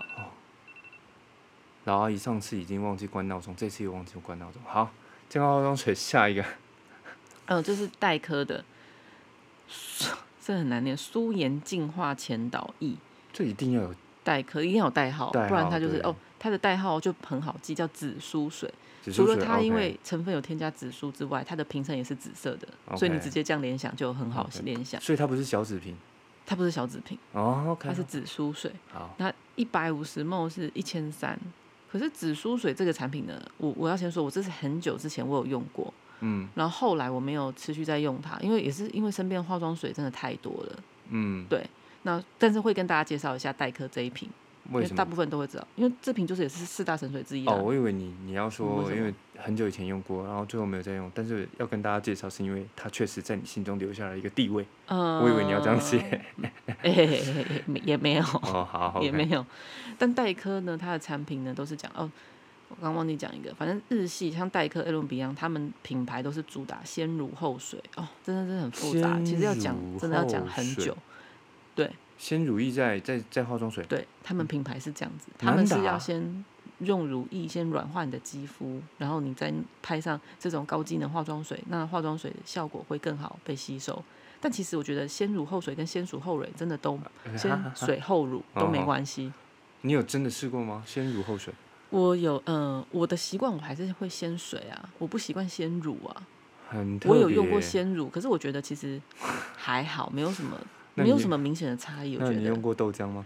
Speaker 1: 老阿姨上次已经忘记关闹钟，这次又忘记关闹钟。好，健康化妆水下一个，
Speaker 2: 呃，就是黛珂的，这很难念，苏颜净化前导液。
Speaker 1: 这一定要有
Speaker 2: 代可一定要有代号，
Speaker 1: 代
Speaker 2: 不然
Speaker 1: 号
Speaker 2: 它就是
Speaker 1: 对
Speaker 2: 哦，它的代号就很好记，叫紫苏水。
Speaker 1: 紫
Speaker 2: 除
Speaker 1: 苏
Speaker 2: 了
Speaker 1: 水。
Speaker 2: 它因
Speaker 1: OK
Speaker 2: 为成分有添加紫苏之外，它的瓶身也是紫色的所以你
Speaker 1: OK
Speaker 2: 直接这样联想就很好
Speaker 1: OK
Speaker 2: 联想。
Speaker 1: 所以它不是小纸瓶
Speaker 2: 它不是小紫瓶，
Speaker 1: 哦，OK，
Speaker 2: 它是紫苏水。
Speaker 1: 好，
Speaker 2: 那一百五十 ml 是一千三，可是紫苏水这个产品呢，我我要先说，我这是很久之前我有用过，
Speaker 1: 嗯
Speaker 2: 然后后来我没有持续在用它，因为也是因为身边的化妆水真的太多了。
Speaker 1: 嗯，
Speaker 2: 那但是会跟大家介绍一下黛珂这一瓶，因
Speaker 1: 为
Speaker 2: 为
Speaker 1: 什
Speaker 2: 大
Speaker 1: 么？
Speaker 2: 部分都会知道，因为这瓶就是也是四大神水之一、啊。嗯
Speaker 1: 哦，我以为你你要
Speaker 2: 为什
Speaker 1: 说，
Speaker 2: 么
Speaker 1: 因为很久以前用过，然后最后没有再用，但是要跟大家介绍，是因为它确实在你心中留下了一个地位。
Speaker 2: 呃，
Speaker 1: 我以为你要这样写。
Speaker 2: <laughs>
Speaker 1: <laughs>
Speaker 2: 哎、没也没有，
Speaker 1: 哦，好好，
Speaker 2: <laughs> 也没
Speaker 1: OK
Speaker 2: 有。但黛珂呢，它的产品呢都是讲哦，我刚忘记讲一个，反正日系像黛珂、艾伦比昂，他们品牌都是主打先乳后水哦，真的是很复杂，
Speaker 1: 先
Speaker 2: 其实要讲
Speaker 1: 乳
Speaker 2: 真的要讲
Speaker 1: 后
Speaker 2: 很
Speaker 1: 水
Speaker 2: 久。
Speaker 1: 先乳液在在在化妆水，
Speaker 2: 对他们品牌是这样子，他
Speaker 1: 嗯难
Speaker 2: 们是
Speaker 1: 打
Speaker 2: 要先用乳液先软化你的肌肤，然后你再拍上这种高机能化妆水，那化妆水的效果会更好被吸收。但其实我觉得先乳后水跟先乳后水真的都
Speaker 1: <laughs>
Speaker 2: 先水后乳都没
Speaker 1: 哦
Speaker 2: 关系。
Speaker 1: 你有真的试过吗？先乳后水
Speaker 2: 我有，呃，我的习惯我还是会先水啊，我不习惯先乳啊。
Speaker 1: 很特
Speaker 2: 我
Speaker 1: 别
Speaker 2: 有用过
Speaker 1: 耶，
Speaker 2: 先乳，可是我觉得其实还好，没有什么，
Speaker 1: <laughs> 那
Speaker 2: 没有
Speaker 1: 你
Speaker 2: 什么明显的差异。我
Speaker 1: 那
Speaker 2: 觉
Speaker 1: 你用
Speaker 2: 得
Speaker 1: 过豆浆吗？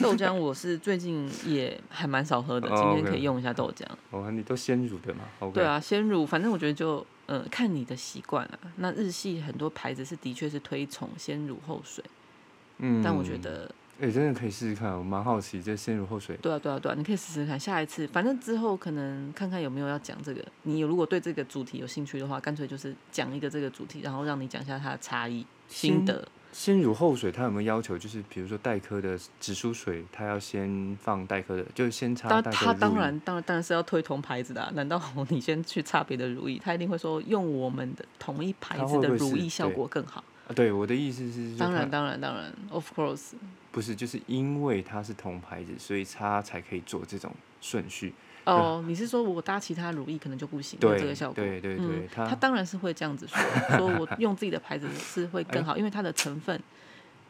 Speaker 2: 豆浆我是最近也还蛮少喝的，
Speaker 1: 哦
Speaker 2: 今天
Speaker 1: OK
Speaker 2: 可以用一下豆浆。
Speaker 1: 哦，你都先乳的嘛？OK，
Speaker 2: 对啊，鲜乳，反正我觉得就呃看你的习惯啊。那日系很多牌子是的确是推崇鲜乳后水，
Speaker 1: 嗯，
Speaker 2: 但我觉，得
Speaker 1: 哎，真的可以试试看，我蛮好奇这先乳后水，
Speaker 2: 对啊对啊对啊，你可以试试看，下一次反正之后可能看看有没有要讲这个。你如果对这个主题有兴趣的话，干脆就是讲一个这个主题，然后让你讲一下它的差异心
Speaker 1: 新
Speaker 2: 得。
Speaker 1: 先乳后水它有没有要求？就是比如说黛珂的紫苏水，它要先放黛珂的，就是先擦
Speaker 2: 当
Speaker 1: 黛珂
Speaker 2: 他
Speaker 1: 的
Speaker 2: 当
Speaker 1: 乳液
Speaker 2: 然当然当然是要推同牌子的、啊，难道 <laughs> 你先去差别的乳液，他一定会说用我们的同一牌
Speaker 1: 他
Speaker 2: 子
Speaker 1: 会
Speaker 2: 的
Speaker 1: 不会
Speaker 2: 乳
Speaker 1: 是
Speaker 2: 液效
Speaker 1: 对
Speaker 2: 果更好？
Speaker 1: 啊对，我的意思是，就是
Speaker 2: 当
Speaker 1: 它啊
Speaker 2: 然当然当然，of course。
Speaker 1: 不是，就是因为它是同牌子，所以它才可以做这种顺序。
Speaker 2: 哦，你是说我搭其他乳液可能就不行，没有
Speaker 1: 对
Speaker 2: 这个效果？
Speaker 1: 对对
Speaker 2: 嗯
Speaker 1: 对，它
Speaker 2: 他当然是会这样子说，说
Speaker 1: <laughs>
Speaker 2: 我用自己的牌子是会
Speaker 1: 哎
Speaker 2: 更好，因为它的成分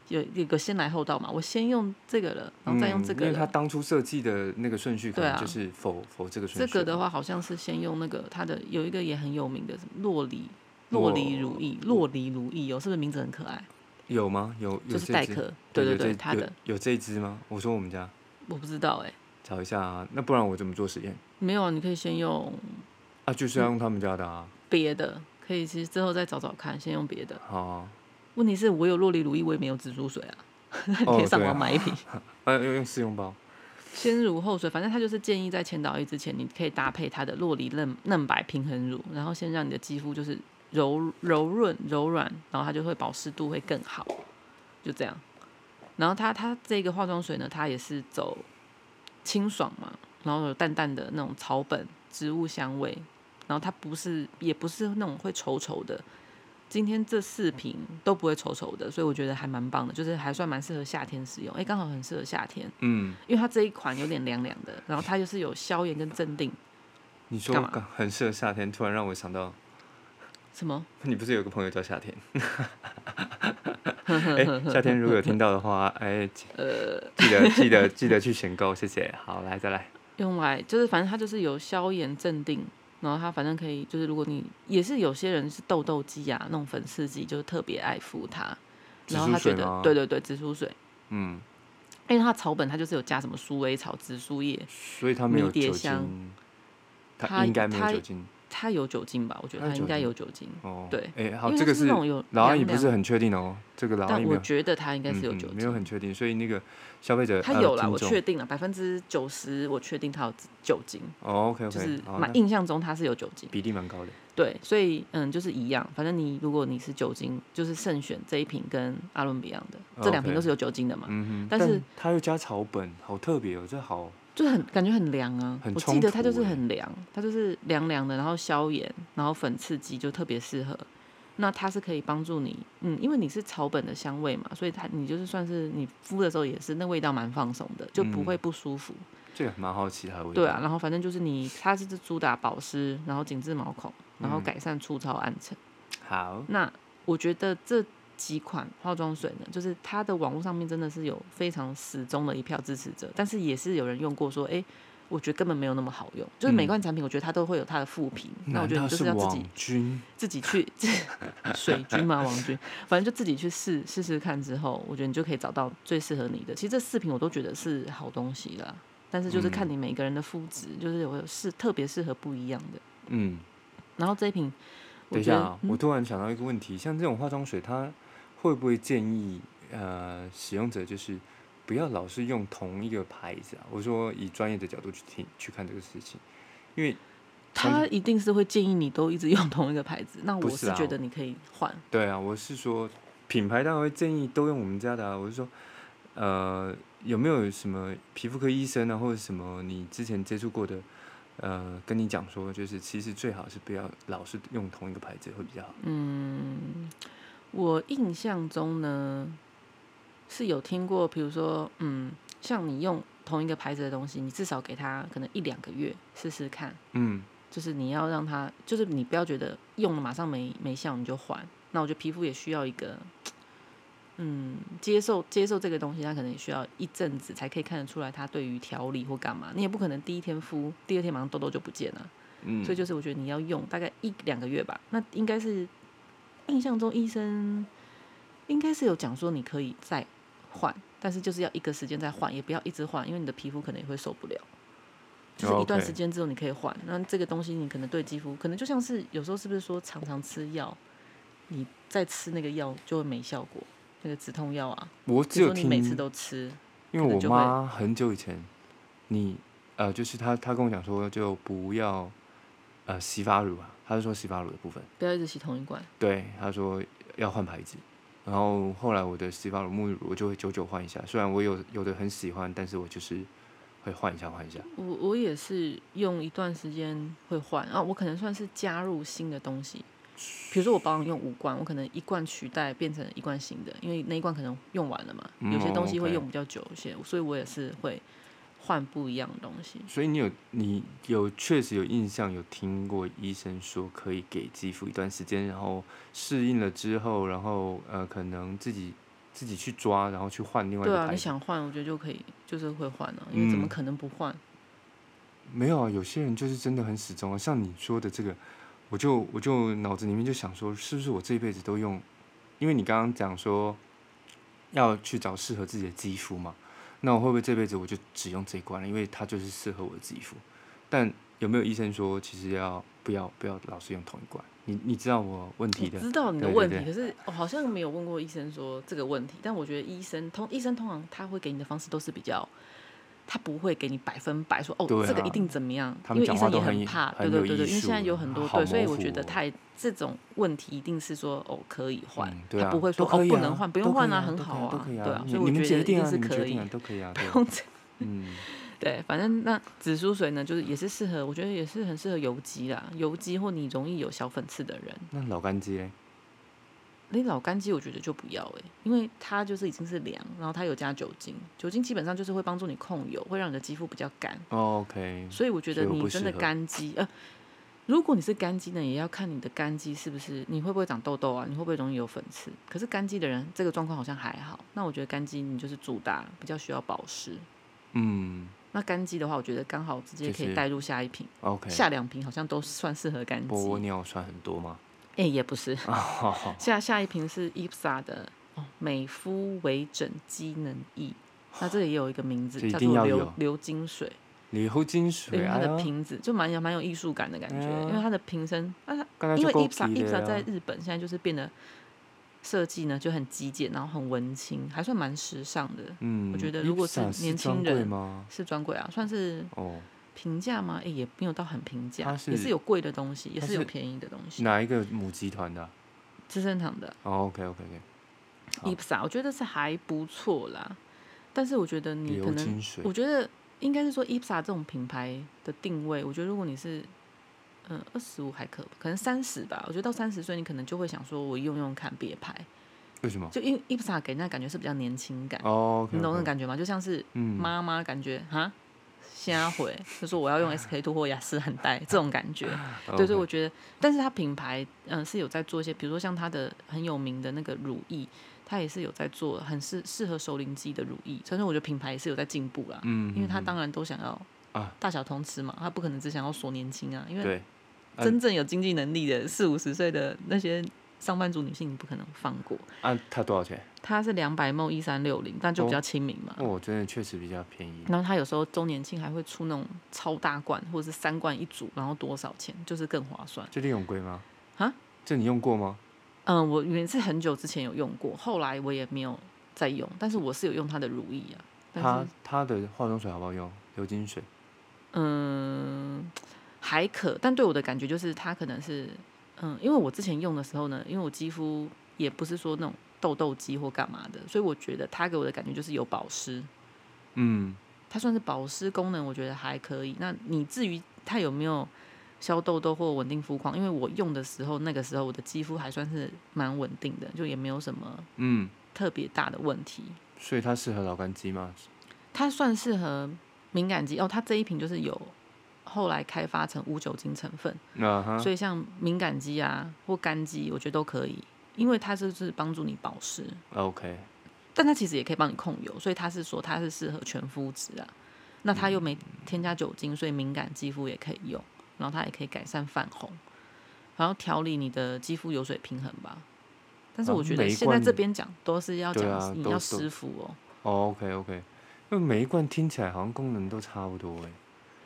Speaker 2: 有有个先来后到嘛，我先用这个了，然后再用这
Speaker 1: 嗯，
Speaker 2: 个
Speaker 1: 因为它
Speaker 2: 了。
Speaker 1: 当初设计的那个顺序可
Speaker 2: 对啊
Speaker 1: 能就是否否这个顺
Speaker 2: 这
Speaker 1: 序。
Speaker 2: 个的话好像是先用那个它的有一个也很有名的什么洛梨。
Speaker 1: 洛
Speaker 2: 洛梨乳液，洛梨乳液哦，是不是名字很可爱？
Speaker 1: 有吗？有有
Speaker 2: 就是
Speaker 1: 这
Speaker 2: 黛
Speaker 1: 只
Speaker 2: 珂，对对
Speaker 1: 有这
Speaker 2: 对，它的
Speaker 1: 有有这一只吗？我说我们家
Speaker 2: 我不知道哎、
Speaker 1: 找一下啊，那不然我怎么做实验
Speaker 2: 没有，啊，你可以先用
Speaker 1: 啊？就是
Speaker 2: 嗯
Speaker 1: 要用他们家的啊。
Speaker 2: 别的，可以其实之后再找找看，先用别的。
Speaker 1: 好啊，
Speaker 2: 问题是我有洛梨乳液，我也没有紫苏水啊， <laughs> 你
Speaker 1: 哦
Speaker 2: <laughs> 可以上
Speaker 1: 对啊
Speaker 2: 网买一瓶。
Speaker 1: 啊用用试用包。
Speaker 2: 先乳后水，反正它就是建议在前导液之前，你可以搭配它的洛梨嫩嫩白平衡乳，然后先让你的肌肤就是柔柔润柔软，然后它就会保湿度会更好，就这样。然后它它这个化妆水呢，它也是走清爽嘛，然后有淡淡的那种草本植物香味，然后它不是也不是那种会稠稠的。今天这四瓶都不会稠稠的，所以我觉得还蛮棒的，就是还算蛮适合夏天使用。哎，刚好很适合夏天。
Speaker 1: 嗯，
Speaker 2: 因为它这一款有点凉凉的，然后它就是有消炎跟镇定。
Speaker 1: 你说
Speaker 2: 干嘛
Speaker 1: 刚很适合夏天，突然让我想到 <laughs>
Speaker 2: 什么？
Speaker 1: 你不是有个朋友叫
Speaker 2: <laughs>
Speaker 1: 夏天？哎、夏天如果有听到的话，哎、
Speaker 2: 呃
Speaker 1: 记得记得记得去选购，谢谢。好，来再来，
Speaker 2: 用来就是反正它就是有消炎镇定，然后它反正可以就是如果你也是有些人是痘痘肌啊，那种粉刺肌就是特别爱敷它，
Speaker 1: 紫
Speaker 2: 然后
Speaker 1: 苏
Speaker 2: 他觉
Speaker 1: 水
Speaker 2: 得
Speaker 1: 吗？
Speaker 2: 对，对对紫苏水，
Speaker 1: 嗯，
Speaker 2: 因为它草本它就是有加什么鼠尾草、紫苏叶，
Speaker 1: 所以它没有
Speaker 2: 迷迭
Speaker 1: 酒
Speaker 2: 香
Speaker 1: 精，它
Speaker 2: 它
Speaker 1: 应该没有
Speaker 2: 它
Speaker 1: 酒精
Speaker 2: 它有酒精吧？我觉得
Speaker 1: 它有
Speaker 2: 它应
Speaker 1: 酒
Speaker 2: 该
Speaker 1: 精
Speaker 2: 有酒精，
Speaker 1: 哦。
Speaker 2: 对
Speaker 1: 哎、
Speaker 2: 因
Speaker 1: 好，
Speaker 2: 为
Speaker 1: 这
Speaker 2: 它
Speaker 1: 个
Speaker 2: 是
Speaker 1: 是
Speaker 2: 那种有
Speaker 1: 老阿姨
Speaker 2: 凉
Speaker 1: 不是
Speaker 2: 凉
Speaker 1: 很确定哦，这个老阿
Speaker 2: 但
Speaker 1: 姨没
Speaker 2: 我
Speaker 1: 有，
Speaker 2: 觉得它应该是有
Speaker 1: 嗯
Speaker 2: 酒
Speaker 1: 嗯，
Speaker 2: 精，
Speaker 1: 没有很确定，所以那个消费者
Speaker 2: 它
Speaker 1: 呃
Speaker 2: 有啦，
Speaker 1: 听
Speaker 2: 我
Speaker 1: 众
Speaker 2: 确定了，百分之九十我确定它有酒精，
Speaker 1: 哦，OK
Speaker 2: 就
Speaker 1: OK，
Speaker 2: 是
Speaker 1: 好，
Speaker 2: 蛮
Speaker 1: 那
Speaker 2: 印象中它是有酒精。
Speaker 1: 比例蛮高的，
Speaker 2: 对，所以嗯，就是一样，反正你如果你是酒精，就是慎选这一瓶跟阿伦比样的，这两瓶
Speaker 1: OK
Speaker 2: 都是有酒精的嘛，
Speaker 1: 嗯哼，
Speaker 2: 但是
Speaker 1: 它又加草本，好特别哦，这好
Speaker 2: 就是很感觉很凉啊。
Speaker 1: 很
Speaker 2: 我
Speaker 1: 冲
Speaker 2: 记得它就是
Speaker 1: 突欸
Speaker 2: 很凉，它就是凉凉的，然后消炎，然后粉刺激就特别适合。那它是可以帮助你，嗯，因为你是草本的香味嘛，所以它你就是算是你敷的时候也是那味道蛮放松的，就不
Speaker 1: 嗯
Speaker 2: 会不舒服。
Speaker 1: 这个蛮好奇它的味道，
Speaker 2: 对啊，，然后反正就是你，它是主打保湿，然后紧致毛孔，然
Speaker 1: 嗯
Speaker 2: 后改善粗糙暗沉。
Speaker 1: 好，
Speaker 2: 那我觉得这几款化妆水呢，就是它的网络上面真的是有非常死忠的一票支持者，但是也是有人用过说，哎、我觉得根本没有那么好用。就是每
Speaker 1: 嗯
Speaker 2: 款产品，我觉得它都会有它的负评。那我
Speaker 1: 难
Speaker 2: 觉得
Speaker 1: 道
Speaker 2: 你就是是要自
Speaker 1: 网
Speaker 2: 己
Speaker 1: 军
Speaker 2: 自
Speaker 1: <laughs>
Speaker 2: 己去自水军嘛，王军，反正就自己去试试试看之后，我觉得你就可以找到最适合你的。其实这四瓶我都觉得是好东西啦，但是就是
Speaker 1: 嗯
Speaker 2: 看你每个人的肤质，就是有有适特别适合不一样的。
Speaker 1: 嗯，
Speaker 2: 然后这一瓶，我
Speaker 1: 等一
Speaker 2: 觉
Speaker 1: 下
Speaker 2: 得嗯
Speaker 1: 啊，我突然想到一个问题，像这种化妆水，它会不会建议呃使用者就是不要老是用同一个牌子啊？我说以专业的角度去听去看这个事情，因为
Speaker 2: 他一定是会建议你都一直用同一个牌子。那
Speaker 1: 嗯不
Speaker 2: 我
Speaker 1: 是
Speaker 2: 是
Speaker 1: 啊
Speaker 2: 觉得你可以换，
Speaker 1: 对啊，我是说品牌当然会建议都用我们家的啊，我是说呃有没有什么皮肤科医生啊，或者什么你之前接触过的？呃，跟你讲说，就是其实最好是不要老是用同一个牌子会比较好。
Speaker 2: 嗯，我印象中呢是有听过，比如说，嗯，像你用同一个牌子的东西，你至少给它可能一两个月试试看，
Speaker 1: 嗯，
Speaker 2: 就是你要让它，就是你不要觉得用了马上没没效你就换。那我觉得皮肤也需要一个，嗯，接受接受这个东西，它可能也需要一阵子才可以看得出来它对于调理或干嘛。你也不可能第一天敷，第二天马上痘痘就不见了。
Speaker 1: 嗯
Speaker 2: 所以就是我觉得你要用大概一两个月吧，那应该是印象中医生应该是有讲说你可以再换，但是就是要一个时间再换，也不要一直换，因为你的皮肤可能也会受不了。就是一段
Speaker 1: 哦 OK
Speaker 2: 时间之后你可以换，那这个东西你可能对肌肤，可能就像是有时候是不是说常常吃药，你再吃那个药就会没效果，那个止痛药啊，
Speaker 1: 我
Speaker 2: 比
Speaker 1: 只
Speaker 2: 如
Speaker 1: 有
Speaker 2: 说你
Speaker 1: 听
Speaker 2: 每次都吃，
Speaker 1: 因
Speaker 2: 可
Speaker 1: 为
Speaker 2: 能
Speaker 1: 我
Speaker 2: 就会
Speaker 1: 妈很久以前，你呃，就是她她跟我讲说，就不要呃洗发乳啊，她是说洗发乳的部分，
Speaker 2: 不要一直洗同一罐，
Speaker 1: 对，她说要换牌子。然后后来我的洗发乳、沐浴乳我就会久久换一下，虽然我有有的很喜欢，但是我就是会换一下换一下。
Speaker 2: 我我也是用一段时间会换啊，我可能算是加入新的东西，比如说我保养用五罐，我可能一罐取代变成一罐新的，因为那一罐可能用完了嘛，
Speaker 1: 嗯
Speaker 2: 有些东西
Speaker 1: 哦
Speaker 2: 会
Speaker 1: ，OK
Speaker 2: 用比较久一些，所以我也是会换不一样的东西。
Speaker 1: 所以你有你有确实有印象有听过医生说可以给肌肤一段时间，然后适应了之后，然后呃可能自己自己去抓，然后去换另外一
Speaker 2: 对
Speaker 1: 个
Speaker 2: 啊，
Speaker 1: 牌
Speaker 2: 你
Speaker 1: 子。
Speaker 2: 想换，我觉得就可以，就是会换啊，因为怎么
Speaker 1: 嗯
Speaker 2: 可能不换？
Speaker 1: 没有啊，有些人就是真的很始终啊。像你说的这个，我就我就脑子里面就想说，是不是我这一辈子都用？因为你刚刚讲说要去找适合自己的肌肤嘛，那我会不会这辈子我就只用这一罐了？因为它就是适合我的肌肤。但有没有医生说，其实要不要不要老是用同一罐？你你知道我问题
Speaker 2: 我
Speaker 1: 的
Speaker 2: 知道你的
Speaker 1: 对对
Speaker 2: 问题，
Speaker 1: 对
Speaker 2: 可是我好像没有问过医生说这个问题。但我觉得医生通医生通常他会给你的方式都是比较，他不会给你百分百说哦、
Speaker 1: 对啊
Speaker 2: 这个一定怎么样，
Speaker 1: 他们
Speaker 2: 因为
Speaker 1: 讲
Speaker 2: 医
Speaker 1: 话
Speaker 2: 生
Speaker 1: 都
Speaker 2: 也
Speaker 1: 很
Speaker 2: 怕，
Speaker 1: 很
Speaker 2: 对对
Speaker 1: 有
Speaker 2: 对对，
Speaker 1: 艺
Speaker 2: 因为现在
Speaker 1: 术
Speaker 2: 有很多
Speaker 1: 好
Speaker 2: 对，所以
Speaker 1: 模
Speaker 2: 我觉得
Speaker 1: 糊哦
Speaker 2: 太这种问题一定是说哦可以换，
Speaker 1: 嗯对啊，
Speaker 2: 他不会说
Speaker 1: 都可以
Speaker 2: 哦
Speaker 1: 啊
Speaker 2: 不能换，不用
Speaker 1: 都可以
Speaker 2: 换
Speaker 1: 啊，
Speaker 2: 很
Speaker 1: 都可以
Speaker 2: 好
Speaker 1: 都可以
Speaker 2: 对啊，
Speaker 1: 你
Speaker 2: 所以我
Speaker 1: 你们
Speaker 2: 觉
Speaker 1: 决
Speaker 2: 得一
Speaker 1: 定
Speaker 2: 定
Speaker 1: 啊，
Speaker 2: 是
Speaker 1: 你们决
Speaker 2: 可以
Speaker 1: 定啊，都可以啊，
Speaker 2: 不
Speaker 1: 对
Speaker 2: 用这样
Speaker 1: 嗯，
Speaker 2: <laughs> 对，反正那紫苏水呢，就是也是适合，我觉得也是很适合油肌啦，油肌或你容易有小粉刺的人，
Speaker 1: 那老干肌嘞？
Speaker 2: 那老干肌我觉得就不要哎、因为它就是已经是凉，然后它有加酒精，酒精基本上就是会帮助你控油，会让你的肌肤比较干，
Speaker 1: 哦 OK，
Speaker 2: 所以我觉
Speaker 1: 所
Speaker 2: 得
Speaker 1: 以我
Speaker 2: 你
Speaker 1: 不
Speaker 2: 真
Speaker 1: 适
Speaker 2: 的
Speaker 1: 合
Speaker 2: 干肌呃，如果你是干肌呢，也要看你的干肌是不是你会不会长痘痘啊，你会不会容易有粉刺。可是干肌的人，这个状况好像还好。那我觉得干肌你就是主打比较需要保湿。
Speaker 1: 嗯
Speaker 2: 那干肌的话，我觉得刚好直接可
Speaker 1: 就
Speaker 2: 以
Speaker 1: 是
Speaker 2: 带入下一瓶，
Speaker 1: ，OK，
Speaker 2: 下两瓶好像都算适合干
Speaker 1: 玻
Speaker 2: 肌。
Speaker 1: 尿酸很多吗？
Speaker 2: 哎、也不是，
Speaker 1: 哦
Speaker 2: 下下一瓶是 IPSA 的哦，美肤微整机能液。那这里也有一个名字
Speaker 1: 这一
Speaker 2: 叫
Speaker 1: 定
Speaker 2: 做
Speaker 1: 要
Speaker 2: 流
Speaker 1: 有
Speaker 2: 流金水，
Speaker 1: 流金
Speaker 2: 因
Speaker 1: 水
Speaker 2: 为它
Speaker 1: 啊，
Speaker 2: 的瓶子就蛮有蛮有艺术感的感觉，
Speaker 1: 哎呀
Speaker 2: 因为它的瓶身，啊、
Speaker 1: 刚才
Speaker 2: 因
Speaker 1: 就
Speaker 2: 为
Speaker 1: 够
Speaker 2: IPSA
Speaker 1: 皮
Speaker 2: IPSA
Speaker 1: 的
Speaker 2: 在
Speaker 1: 啊，
Speaker 2: 日本现在就是变得设计呢就很极简，然后很文青，还算蛮时尚的。
Speaker 1: 嗯，
Speaker 2: 我觉得如果
Speaker 1: Ipsa
Speaker 2: 是年
Speaker 1: 专
Speaker 2: 轻
Speaker 1: 柜
Speaker 2: 人
Speaker 1: 吗？
Speaker 2: 是专柜啊，算是
Speaker 1: 哦，
Speaker 2: 平价吗？哎、也没有到很平价
Speaker 1: 它，是
Speaker 2: 也是有贵的东西，也
Speaker 1: 它
Speaker 2: 是有
Speaker 1: 是
Speaker 2: 便宜的东西。
Speaker 1: 哪一个母集团的啊？
Speaker 2: 资生堂的
Speaker 1: 哦，OK OK OK，好
Speaker 2: IPSA，我觉啊得是还不错啦，但是我觉得你
Speaker 1: 流
Speaker 2: 可能
Speaker 1: 金水
Speaker 2: 我觉得应该是说 IPSA 这种品牌的定位，我觉得如果你是嗯二十五还可，可能三十吧，我觉得到三十岁你可能就会想说，我用用看别牌，
Speaker 1: 为什么？
Speaker 2: 就因为 IPSA 给人家感觉是比较年轻感，
Speaker 1: 哦，
Speaker 2: 你懂那种感觉吗？就像是
Speaker 1: 嗯，
Speaker 2: 妈妈感觉哈。瞎回就说我要用 SK two 或雅诗兰黛这种感觉，对，所以
Speaker 1: 哦 OK
Speaker 2: 我觉得，但是它品牌嗯、呃是有在做一些，比如说像它的很有名的那个乳液，它也是有在做很适适合熟龄肌的乳液，所以说我觉得品牌也是有在进步啦，
Speaker 1: 嗯，
Speaker 2: 因为它
Speaker 1: 嗯嗯
Speaker 2: 当然都想要
Speaker 1: 啊
Speaker 2: 大小通吃嘛，它不可能只想要锁年轻啊，因为
Speaker 1: 对，啊
Speaker 2: 真正有经济能力的四五十岁的那些上班族女性，你不可能放过。
Speaker 1: 啊，它多少钱？
Speaker 2: 它是两百梦一三六零，但就比较亲民嘛。
Speaker 1: 哦，真的确实比较便宜。
Speaker 2: 然后它有时候周年庆还会出那种超大罐，或者是三罐一组，然后多少钱，就是更划算。
Speaker 1: 这利用贵吗？
Speaker 2: 啊？
Speaker 1: 这你用过吗？
Speaker 2: 嗯，我原是很久之前有用过，后来我也没有再用，但是我是有用它的乳液啊。但
Speaker 1: 它
Speaker 2: 是
Speaker 1: 它的化妆水好不好用？流金水
Speaker 2: 嗯，还可，但对我的感觉就是它可能是嗯，因为我之前用的时候呢，因为我肌肤也不是说那种痘痘肌或干嘛的，所以我觉得它给我的感觉就是有保湿，
Speaker 1: 嗯，
Speaker 2: 它算是保湿功能，我觉得还可以。那你至于它有没有消痘痘或稳定肤况，因为我用的时候那个时候我的肌肤还算是蛮稳定的，就也没有什么
Speaker 1: 嗯，
Speaker 2: 特别大的问题。
Speaker 1: 所以它适合老干肌吗？
Speaker 2: 它算适合敏感肌哦，它这一瓶就是有后来开发成无酒精成分，
Speaker 1: 啊哈，
Speaker 2: 所以像敏感肌啊或干肌，我觉得都可以，因为它就是帮助你保湿，
Speaker 1: OK，
Speaker 2: 但它其实也可以帮你控油，所以它是说它是适合全肤质啊。那它又没添加酒精，所以敏感肌肤也可以用，然后它也可以改善泛红，然后调理你的肌肤油水平衡吧。但是
Speaker 1: 啊
Speaker 2: 我觉得
Speaker 1: 每一
Speaker 2: 现在
Speaker 1: 罐
Speaker 2: 这边讲都是要
Speaker 1: 对
Speaker 2: 讲、
Speaker 1: 啊
Speaker 2: 你
Speaker 1: 都
Speaker 2: 要
Speaker 1: 都
Speaker 2: 湿敷哦，
Speaker 1: 哦，OK OK，因为每一罐听起来好像功能都差不多哎，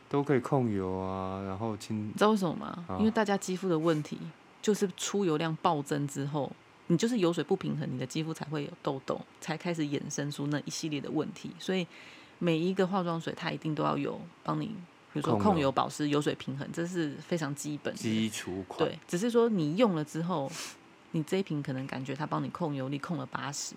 Speaker 1: 都可以控油啊，然后清
Speaker 2: 你知道为什么吗？
Speaker 1: 啊
Speaker 2: 因为大家肌肤的问题就是出油量暴增之后，你就是油水不平衡，你的肌肤才会有痘痘，才开始衍生出那一系列的问题。所以每一个化妆水它一定都要有帮你，比如说
Speaker 1: 控油
Speaker 2: 控油、保湿、油水平衡，这是非常基本的。
Speaker 1: 基础款。
Speaker 2: 对，只是说你用了之后，你这一瓶可能感觉它帮你控油力控了八十，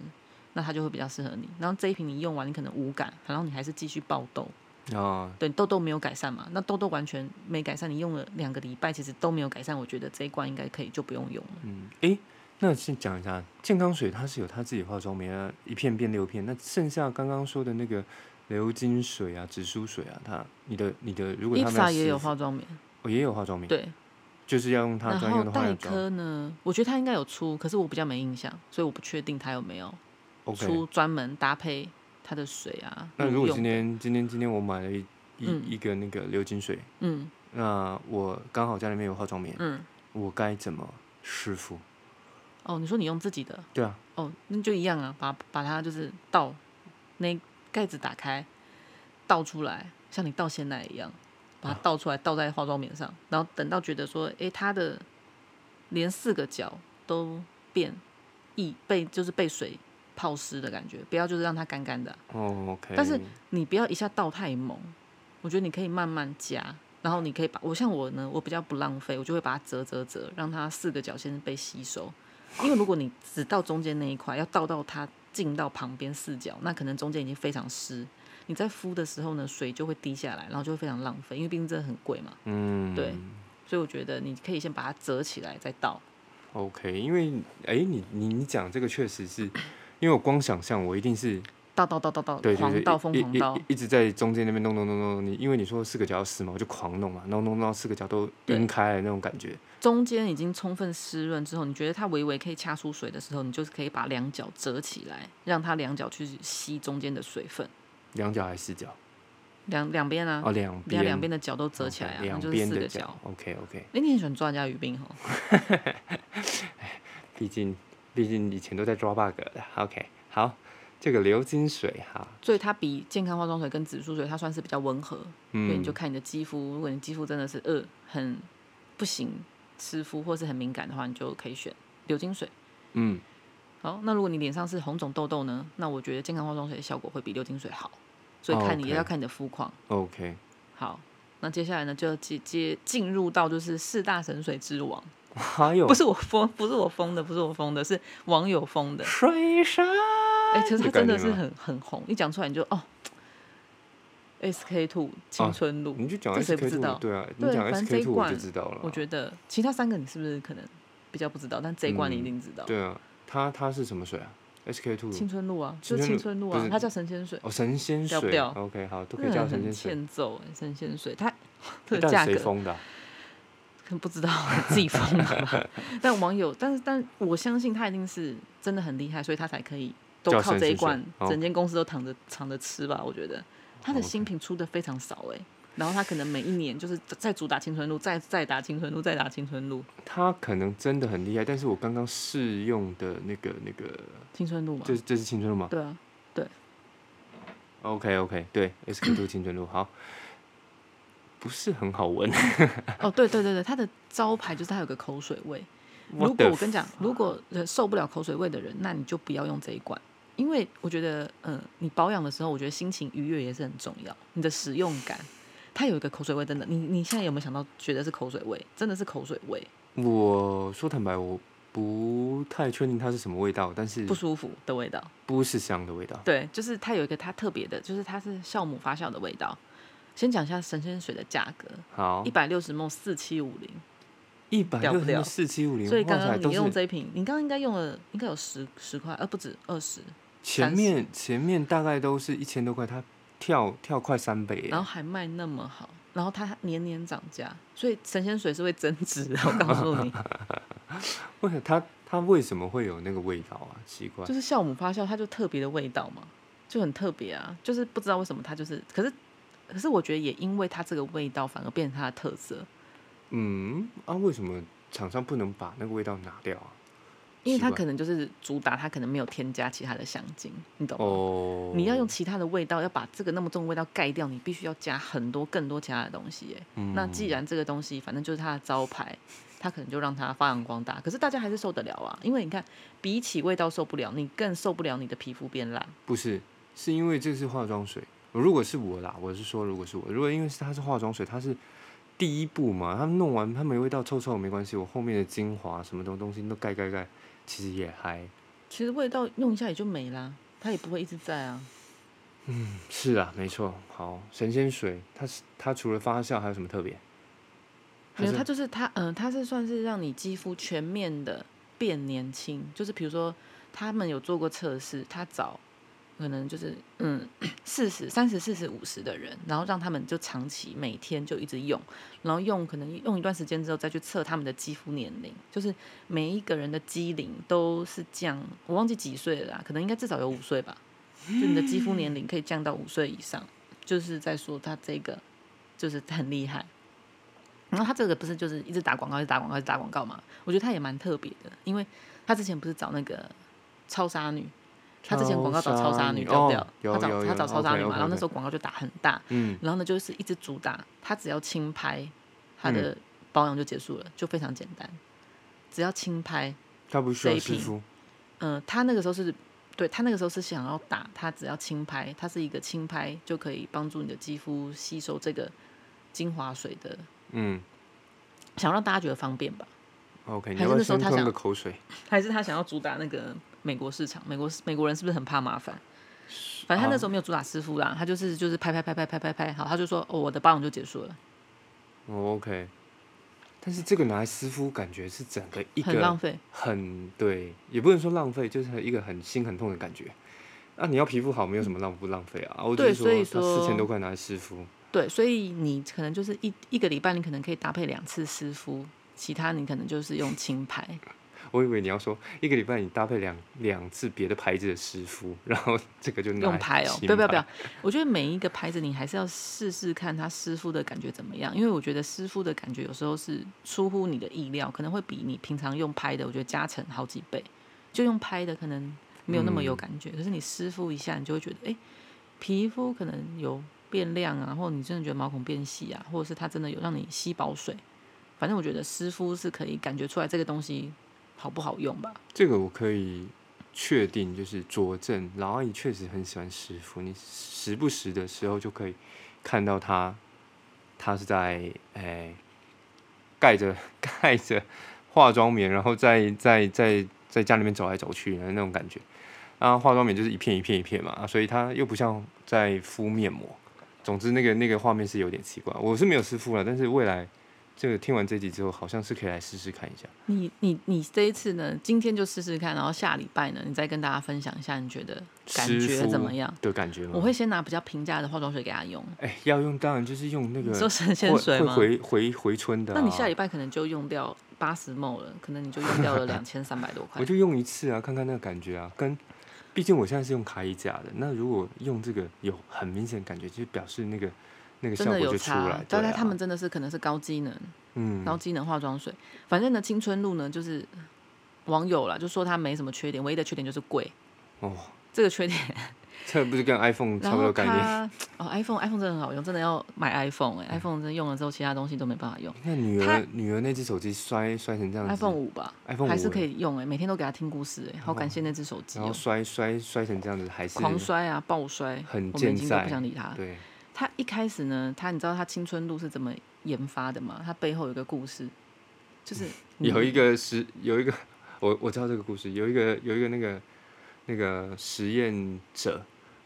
Speaker 2: 那它就会比较适合你。然后这一瓶你用完，你可能无感，然后你还是继续爆痘。
Speaker 1: 啊，
Speaker 2: 对，痘痘没有改善嘛？那痘痘完全没改善，你用了两个礼拜，其实都没有改善，我觉得这一罐应该可以就不用用了。
Speaker 1: 嗯，诶，那先讲一下健康水，它是有它自己化妆棉啊，一片变六片。那剩下刚刚说的那个流金水啊、紫苏水啊，它你的你的如果它
Speaker 2: IPSA
Speaker 1: 们
Speaker 2: 也有化妆棉，
Speaker 1: 哦也有化妆棉，
Speaker 2: 对，
Speaker 1: 就是要用它
Speaker 2: 然
Speaker 1: 专用
Speaker 2: 后
Speaker 1: 的化
Speaker 2: 黛
Speaker 1: 妆棉。
Speaker 2: 珂呢，我觉得它应该有出，可是我比较没印象，所以我不确定它有没有
Speaker 1: OK，
Speaker 2: 出专门搭配它的水啊。
Speaker 1: 那如
Speaker 2: 乳
Speaker 1: 果
Speaker 2: 用
Speaker 1: 今
Speaker 2: 的
Speaker 1: 天今天今天我买了一一、
Speaker 2: 嗯
Speaker 1: 一个那个流金水，
Speaker 2: 嗯
Speaker 1: 那我刚好家里面有化妆棉，
Speaker 2: 嗯，
Speaker 1: 我该怎么湿敷？
Speaker 2: 哦，你说你用自己的，
Speaker 1: 对啊，
Speaker 2: 哦，那就一样啊，把把它就是倒，那盖子打开，倒出来，像你倒鲜奶一样，把它倒出来，倒在化妆棉上，然后等到觉得说，诶，它的连四个角都变易被就是被水泡湿的感觉，不要就是让它干干的啊、
Speaker 1: 哦，OK，
Speaker 2: 但是你不要一下倒太猛，我觉得你可以慢慢加，然后你可以把我像我呢，我比较不浪费，我就会把它折折折，让它四个角先被吸收。因为如果你只到中间那一块，要倒到它进到旁边四角，那可能中间已经非常湿。你在敷的时候呢，水就会滴下来，然后就会非常浪费，因为毕竟这很贵嘛。
Speaker 1: 嗯，
Speaker 2: 对所以我觉得你可以先把它折起来再倒。
Speaker 1: OK，因为哎、诶你你你讲这个确实是，因为我光想象我一定是
Speaker 2: 倒倒倒倒倒，
Speaker 1: 对对对
Speaker 2: 狂倒疯狂
Speaker 1: 一一
Speaker 2: 倒
Speaker 1: 一，一直在中间那边弄弄弄弄，你因为你说四个角要湿嘛，我就狂弄嘛，弄弄弄到四个角都
Speaker 2: 对
Speaker 1: 晕开了那种感觉。
Speaker 2: 中间已经充分湿润之后，你觉得它微微可以掐出水的时候，你就是可以把两脚折起来，让它两脚去吸中间的水分，
Speaker 1: 两脚还是四脚？
Speaker 2: 两两边啊，
Speaker 1: 哦，两
Speaker 2: 你看
Speaker 1: 边，
Speaker 2: 两边的脚都折起
Speaker 1: OK，
Speaker 2: 来啊，那
Speaker 1: 两
Speaker 2: 就是
Speaker 1: 边
Speaker 2: 四
Speaker 1: 的
Speaker 2: 个脚。。
Speaker 1: OK OK，
Speaker 2: 哎、你很喜欢抓人家鱼病哦？
Speaker 1: 毕竟毕竟以前都在抓 bug 的。OK，好，这个流金水哈，
Speaker 2: 所以它比健康化妆水跟紫苏水它算是比较温和，所以你
Speaker 1: 嗯
Speaker 2: 就，看你的肌肤，如果你肌肤真的是呃很不行湿敷或是很敏感的话，你就可以选流金水。
Speaker 1: 嗯，
Speaker 2: 好，那如果你脸上是红肿痘痘呢，那我觉得健康化妆水的效果会比流金水好，所以看你
Speaker 1: 哦 OK
Speaker 2: 要看你的肤况。 <laughs>
Speaker 1: OK，
Speaker 2: 好，那接下来呢就接接进入到就是四大神水之王，
Speaker 1: 还有
Speaker 2: 不是我封，不是我封的，不是我封的，是网友封的。
Speaker 1: 水神，
Speaker 2: 哎、其实
Speaker 1: 这
Speaker 2: 它
Speaker 1: 概
Speaker 2: 真的
Speaker 1: 念
Speaker 2: 是
Speaker 1: 吗
Speaker 2: 很很红，一讲出来你就哦，SK two 青春露，
Speaker 1: 你就讲
Speaker 2: 这谁不
Speaker 1: SK
Speaker 2: 知道
Speaker 1: two，对啊，你
Speaker 2: 对
Speaker 1: 讲
Speaker 2: 反正这一
Speaker 1: SK two 我就
Speaker 2: 罐
Speaker 1: 知道了啊。
Speaker 2: 我觉得其他三个你是不是可能比较不知道，但这一罐你一
Speaker 1: 嗯
Speaker 2: 定知道，
Speaker 1: 对啊，它它是什么水啊？SK two
Speaker 2: 青春露啊，就是青
Speaker 1: 青春
Speaker 2: 春露
Speaker 1: 露
Speaker 2: 啊
Speaker 1: 不，是
Speaker 2: 它叫神仙水，
Speaker 1: 哦，神仙
Speaker 2: 屌不
Speaker 1: 水
Speaker 2: 屌
Speaker 1: o k 好，都可
Speaker 2: 真
Speaker 1: 以
Speaker 2: 的
Speaker 1: 叫神
Speaker 2: 很
Speaker 1: 仙水。
Speaker 2: 欠揍哎、神仙水 <laughs> 它它
Speaker 1: 那
Speaker 2: 的
Speaker 1: 到
Speaker 2: 价
Speaker 1: 底谁
Speaker 2: 格
Speaker 1: 封的啊？
Speaker 2: 可能不知道 <laughs> 自己封的吧， <laughs> 但网友，但是但我相信他一定是真的很厉害，所以他才可以都
Speaker 1: 叫
Speaker 2: 靠
Speaker 1: 神
Speaker 2: 这一
Speaker 1: 仙水
Speaker 2: 罐，
Speaker 1: 哦
Speaker 2: 整间公司都躺着躺着吃吧。我觉得他的
Speaker 1: OK
Speaker 2: 新品出的非常少哎、然后他可能每一年就是再主打青春露，再再打青春露，再打青春露，
Speaker 1: 他可能真的很厉害，但是我刚刚试用的那个那个，
Speaker 2: 青春露嘛
Speaker 1: 这，这是青春露吗
Speaker 2: 对啊，
Speaker 1: ？OK OK，对，SK
Speaker 2: <clears throat>
Speaker 1: two 青春露，好，不是很好闻。
Speaker 2: 哦对对对对，它的招牌就是它有个口水味。如
Speaker 1: What
Speaker 2: 果
Speaker 1: the
Speaker 2: 我跟你讲，如果人受不了口水味的人，那你就不要用这一罐，因为我觉得，嗯，你保养的时候，我觉得心情愉悦也是很重要，你的使用感。它有一个口水味，真的，你你现在有没有想到，觉得是口水味？真的是口水味，
Speaker 1: 我说坦白，我不太确定它是什么味道，但是
Speaker 2: 不舒服的味道。
Speaker 1: 不是香的味道。
Speaker 2: 对，就是它有一个它特别的，就是它是酵母发酵的味道。先讲一下神仙水的价格，
Speaker 1: 好
Speaker 2: 一，百六十梦四七五零，
Speaker 1: 一百
Speaker 2: 屌不屌
Speaker 1: 六四七五零，
Speaker 2: 所以刚
Speaker 1: 哇塞
Speaker 2: 刚
Speaker 1: 都
Speaker 2: 你用
Speaker 1: 是
Speaker 2: 这一瓶，你刚刚应该用了应该有十十块，呃不止二十，
Speaker 1: 前
Speaker 2: 30
Speaker 1: 面前面大概都是一千多块，它跳跳快三倍耶。
Speaker 2: 然后还卖那么好，然后它年年涨价，所以神仙水是会增值的。我
Speaker 1: <laughs>
Speaker 2: 告诉你，
Speaker 1: 为什它它为什么会有那个味道啊？奇怪
Speaker 2: 就，是酵母发酵，它就特别的味道嘛，就很特别啊，就是不知道为什么它就是，可是可是我觉得也因为它这个味道，反而变成它的特色，
Speaker 1: 嗯啊，为什么厂商不能把那个味道拿掉啊？
Speaker 2: 因为它
Speaker 1: 奇怪
Speaker 2: 可能就是主打，它可能没有添加其他的香精，你懂吗？
Speaker 1: 哦，
Speaker 2: 你要用其他的味道，要把这个那么重的味道盖掉，你必须要加很多更多其他的东西耶。
Speaker 1: 嗯
Speaker 2: 那啊既然这个东西反正就是它的招牌，它可能就让它发扬光大。可是大家还是受得了啊，因为你看，比起味道受不了，你更受不了你的皮肤变烂。
Speaker 1: 不是，是因为这是化妆水。如果是我啦，我是说，如果是我，如果因为是它是化妆水，它是第一步嘛，他们弄完，它没味道，臭臭没关系，我后面的精华什么东东西都盖盖盖，其实也还
Speaker 2: 其实味道用一下也就没啦，它也不会一直在啊。
Speaker 1: 是啊，没错。好，神仙水，它是它除了发酵还有什么特别？还
Speaker 2: 没有，
Speaker 1: 是
Speaker 2: 它就是它，嗯、它是算是让你肌肤全面的变年轻。就是比如说，他们有做过测试，他找可能就是嗯 <coughs> 四十、三十、四十、五十的人，然后让他们就长期每天就一直用，然后用可能用一段时间之后再去测他们的肌肤年龄，就是每一个人的机龄都是降，我忘记几岁了啦，可能应该至少有五岁吧。就你的肌肤年龄可以降到五岁以上，就是在说他这个就是很厉害。然后他这个不是就是一直打广告，一直打广告，一直打广告嘛？我觉得他也蛮特别的，因为他之前不是找那个超杀女，他之前广告找超杀女，对不
Speaker 1: 哦
Speaker 2: 对？
Speaker 1: 有
Speaker 2: 他找
Speaker 1: 有
Speaker 2: 他
Speaker 1: 有
Speaker 2: 找超杀女
Speaker 1: OK，OK，
Speaker 2: 嘛，然后那
Speaker 1: OK
Speaker 2: 时候广告就打很大，
Speaker 1: 嗯，
Speaker 2: 然后呢就是一直主打，他只要轻拍，他
Speaker 1: 嗯
Speaker 2: 的保养就结束了，就非常简单，只要轻拍，
Speaker 1: 它不需
Speaker 2: 这
Speaker 1: 要
Speaker 2: 一
Speaker 1: 湿
Speaker 2: 瓶
Speaker 1: 敷，
Speaker 2: 嗯，他那个时候是，对他那个时候是想要打，他只要轻拍，它是一个轻拍就可以帮助你的肌肤吸收这个精华水的，
Speaker 1: 嗯
Speaker 2: 想让大家觉得方便吧？
Speaker 1: ，OK，你
Speaker 2: 还
Speaker 1: 要不
Speaker 2: 是那
Speaker 1: 要
Speaker 2: 时候
Speaker 1: 先
Speaker 2: 他
Speaker 1: 吞
Speaker 2: 想
Speaker 1: 个口水？
Speaker 2: 还是他想要主打那个美国市场？美国美国人是不是很怕麻烦？
Speaker 1: 啊
Speaker 2: 反正他那时候没有主打湿敷啦，他就是就是拍拍拍拍拍拍拍，好，他就说哦，我的保养就结束了，
Speaker 1: 哦，OK。但是这个拿来湿敷，感觉是整个一
Speaker 2: 很浪
Speaker 1: 个
Speaker 2: 费。
Speaker 1: 很对，也不能说浪费，就是一个很心很痛的感觉。啊，你要皮肤好，没有什么浪不浪费啊。我就
Speaker 2: 对
Speaker 1: 是
Speaker 2: 所以
Speaker 1: 说，四千
Speaker 2: 说
Speaker 1: 多块拿来湿敷，
Speaker 2: 对，所以你可能就是一一个礼拜，你可能可以搭配两次湿敷，其他你可能就是用轻拍。
Speaker 1: 我以为你要说一个礼拜你搭配两两次别的牌子的湿敷，然后这个就拿
Speaker 2: 用
Speaker 1: 来
Speaker 2: 拍哦，
Speaker 1: 清
Speaker 2: 不要不要不
Speaker 1: 白 <laughs>
Speaker 2: 要，我觉得每一个牌子你还是要试试看它湿敷的感觉怎么样，因为我觉得湿敷的感觉有时候是出乎你的意料，可能会比你平常用拍的，我觉得加成好几倍。就用拍的可能没有那么
Speaker 1: 嗯
Speaker 2: 有感觉，可是你湿敷一下，你就会觉得，哎、皮肤可能有变亮啊，或者你真的觉得毛孔变细啊，或者是它真的有让你吸饱水。反正我觉得湿敷是可以感觉出来这个东西好不好用吧。
Speaker 1: 这个我可以确定，就是佐证老阿姨确实很喜欢师傅，你时不时的时候就可以看到她，她是在诶、盖着 <laughs> 盖着化妆棉，然后在在在在家里面走来走去的那种感觉。啊，化妆棉就是一片一片一片嘛，啊所以它又不像在敷面膜。总之，那个那个画面是有点奇怪，我是没有湿敷了，但是未来这个听完这集之后，好像是可以来试试看一下。
Speaker 2: 你你你这一次呢，今天就试试看，然后下礼拜呢，你再跟大家分享一下你觉得感
Speaker 1: 湿
Speaker 2: 觉怎
Speaker 1: 敷
Speaker 2: 么样。
Speaker 1: 的感觉吗？
Speaker 2: 我会先拿比较平价的化妆水给他用，
Speaker 1: 哎、要用当然就是用那个
Speaker 2: 你说神仙
Speaker 1: 会
Speaker 2: 水
Speaker 1: 会
Speaker 2: 吗？
Speaker 1: 回回回春的、啊。
Speaker 2: 那你下礼拜可能就用掉八十 ml 了，可能你就用掉了两千三
Speaker 1: <laughs>
Speaker 2: 百多块
Speaker 1: 我。就用一次啊，看看那个感觉啊。跟，毕竟我现在是用卡衣架的，那如果用这个有很明显的感觉，就表示那个那个效
Speaker 2: 真的
Speaker 1: 果
Speaker 2: 有
Speaker 1: 就出
Speaker 2: 差
Speaker 1: 来。，对
Speaker 2: 但
Speaker 1: 啊，
Speaker 2: 是他们真的是可能是高机能、
Speaker 1: 嗯
Speaker 2: 高机能化妆水。反正呢，青春露呢，就是网友啦，就说它没什么缺点，唯一的缺点就是贵。
Speaker 1: 哦，
Speaker 2: 这个缺点，
Speaker 1: 这不是跟 iPhone 差
Speaker 2: 然
Speaker 1: 不多
Speaker 2: 后
Speaker 1: 概念？
Speaker 2: 它哦，iPhone iPhone 真的很好用，真的要买 iPhone
Speaker 1: 嗯
Speaker 2: 哎、i p h o n e 真的用了之后，其他东西都没办法用。
Speaker 1: 那女
Speaker 2: 它
Speaker 1: 儿女儿那只手机摔摔成这样子
Speaker 2: iPhone 五吧
Speaker 1: iPhone
Speaker 2: 还是
Speaker 1: 5
Speaker 2: 可以用哎、每天都给他听故事哎、好感谢那只手机
Speaker 1: 然
Speaker 2: 哦
Speaker 1: 后，摔摔摔成这样子，还是
Speaker 2: 狂摔啊，暴摔，
Speaker 1: 很
Speaker 2: 我们已经
Speaker 1: 健
Speaker 2: 都
Speaker 1: 在
Speaker 2: 不想理他了。
Speaker 1: 对，
Speaker 2: 他一开始呢，他你知道他青春路是怎么研发的吗？他背后有个故事，就是
Speaker 1: <laughs> 有一个实有一个， <laughs> 我我知道这个故事，有一个有一个那个那个实验者，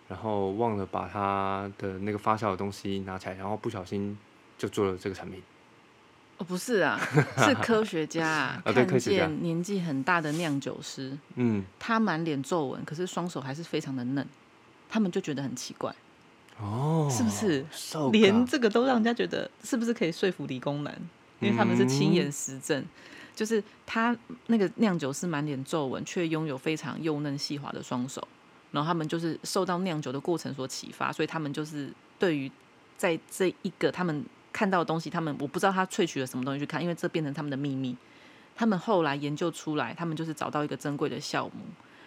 Speaker 1: 然后忘了把他的那个发酵的东西拿起来，然后不小心就做了这个产品。
Speaker 2: 哦不
Speaker 1: <laughs>
Speaker 2: 是啊，是科学家、啊
Speaker 1: 啊对科
Speaker 2: 看
Speaker 1: 学家
Speaker 2: 见年纪很大的酿酒师，
Speaker 1: 嗯，
Speaker 2: 他满脸皱纹，可是双手还是非常的嫩，他们就觉得很奇怪，
Speaker 1: 哦，
Speaker 2: 是不是？
Speaker 1: 受
Speaker 2: 连这个都让人家觉得是不是可以说服理工男？因为他们是亲眼实证，就是他那个酿酒师满脸皱纹，却拥有非常幼嫩细滑的双手，然后他们就是受到酿酒的过程所启发，所以他们就是对于在这一个他们看到的东西，他们我不知道他萃取了什么东西去看，因为这变成他们的秘密。他们后来研究出来，他们就是找到一个珍贵的酵母，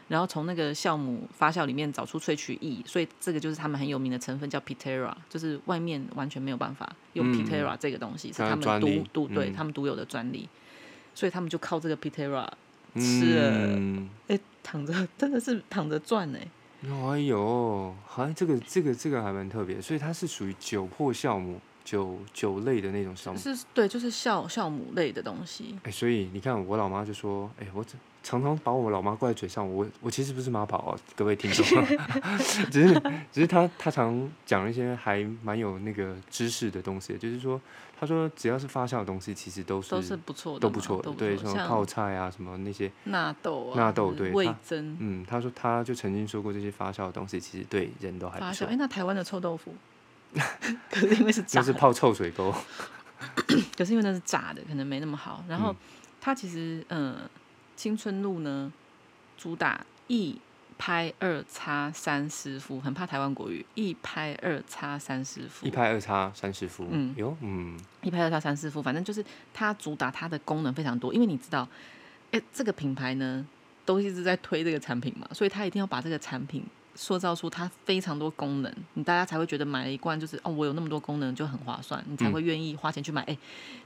Speaker 2: 然后从那个酵母发酵里面找出萃取液，所以这个就是他们很有名的成分叫 Pitera，就是外面完全没有办法
Speaker 1: 嗯
Speaker 2: 用 Pitera 这个东西，是
Speaker 1: 它的
Speaker 2: 他
Speaker 1: 专
Speaker 2: 们
Speaker 1: 利
Speaker 2: 独独对、
Speaker 1: 嗯
Speaker 2: 他们独有的专利，所以他们就靠这个 Pitera，吃了
Speaker 1: 嗯，
Speaker 2: 哎、躺着真的是躺着赚哎、
Speaker 1: 哎呦，好像这个这个这个还蛮特别，所以它是属于酒粕酵母、酒酒类的那种酵母。
Speaker 2: 是对，就是酵酵母类的东西，
Speaker 1: 哎、所以你看，我老妈就说，哎、我只常常把我老妈挂在嘴上，我我其实不是妈宝哦，各位听
Speaker 2: <laughs>
Speaker 1: 众，只是只是她她常讲一些还蛮有那个知识的东西，就是说，她说只要是发酵的东西，其实都是
Speaker 2: 都是不错的
Speaker 1: 都
Speaker 2: 嘛，
Speaker 1: 不错的，
Speaker 2: 都
Speaker 1: 对，
Speaker 2: 不
Speaker 1: 什
Speaker 2: 错，
Speaker 1: 么泡
Speaker 2: 像
Speaker 1: 菜啊什么那些，
Speaker 2: 纳豆啊，
Speaker 1: 纳豆
Speaker 2: 或者是
Speaker 1: 对
Speaker 2: 味
Speaker 1: 它
Speaker 2: 增
Speaker 1: 嗯，她说她就曾经说过这些发酵的东西，其实对人都还
Speaker 2: 发
Speaker 1: 不
Speaker 2: 酵。
Speaker 1: 错
Speaker 2: 哎、，那台湾的臭豆腐， <laughs> 可是因为是炸
Speaker 1: 那是
Speaker 2: 的，
Speaker 1: 泡臭水沟，
Speaker 2: 可是因为那是炸的，可能没那么好。然
Speaker 1: 嗯
Speaker 2: 后、它其实，嗯、青春路呢，主打一拍二叉三师傅，很怕台湾国语，一拍二叉三师傅，
Speaker 1: 一拍二叉三十伏，
Speaker 2: 嗯
Speaker 1: 哟，嗯，
Speaker 2: 一拍二叉三师傅，反正就是它主打它的功能非常多，因为你知道，哎、这个品牌呢都一直在推这个产品嘛，所以它一定要把这个产品塑造出它非常多功能，你大家才会觉得买了一罐就是哦，我有那么多功能就很划算，你才会愿意花钱去买。哎、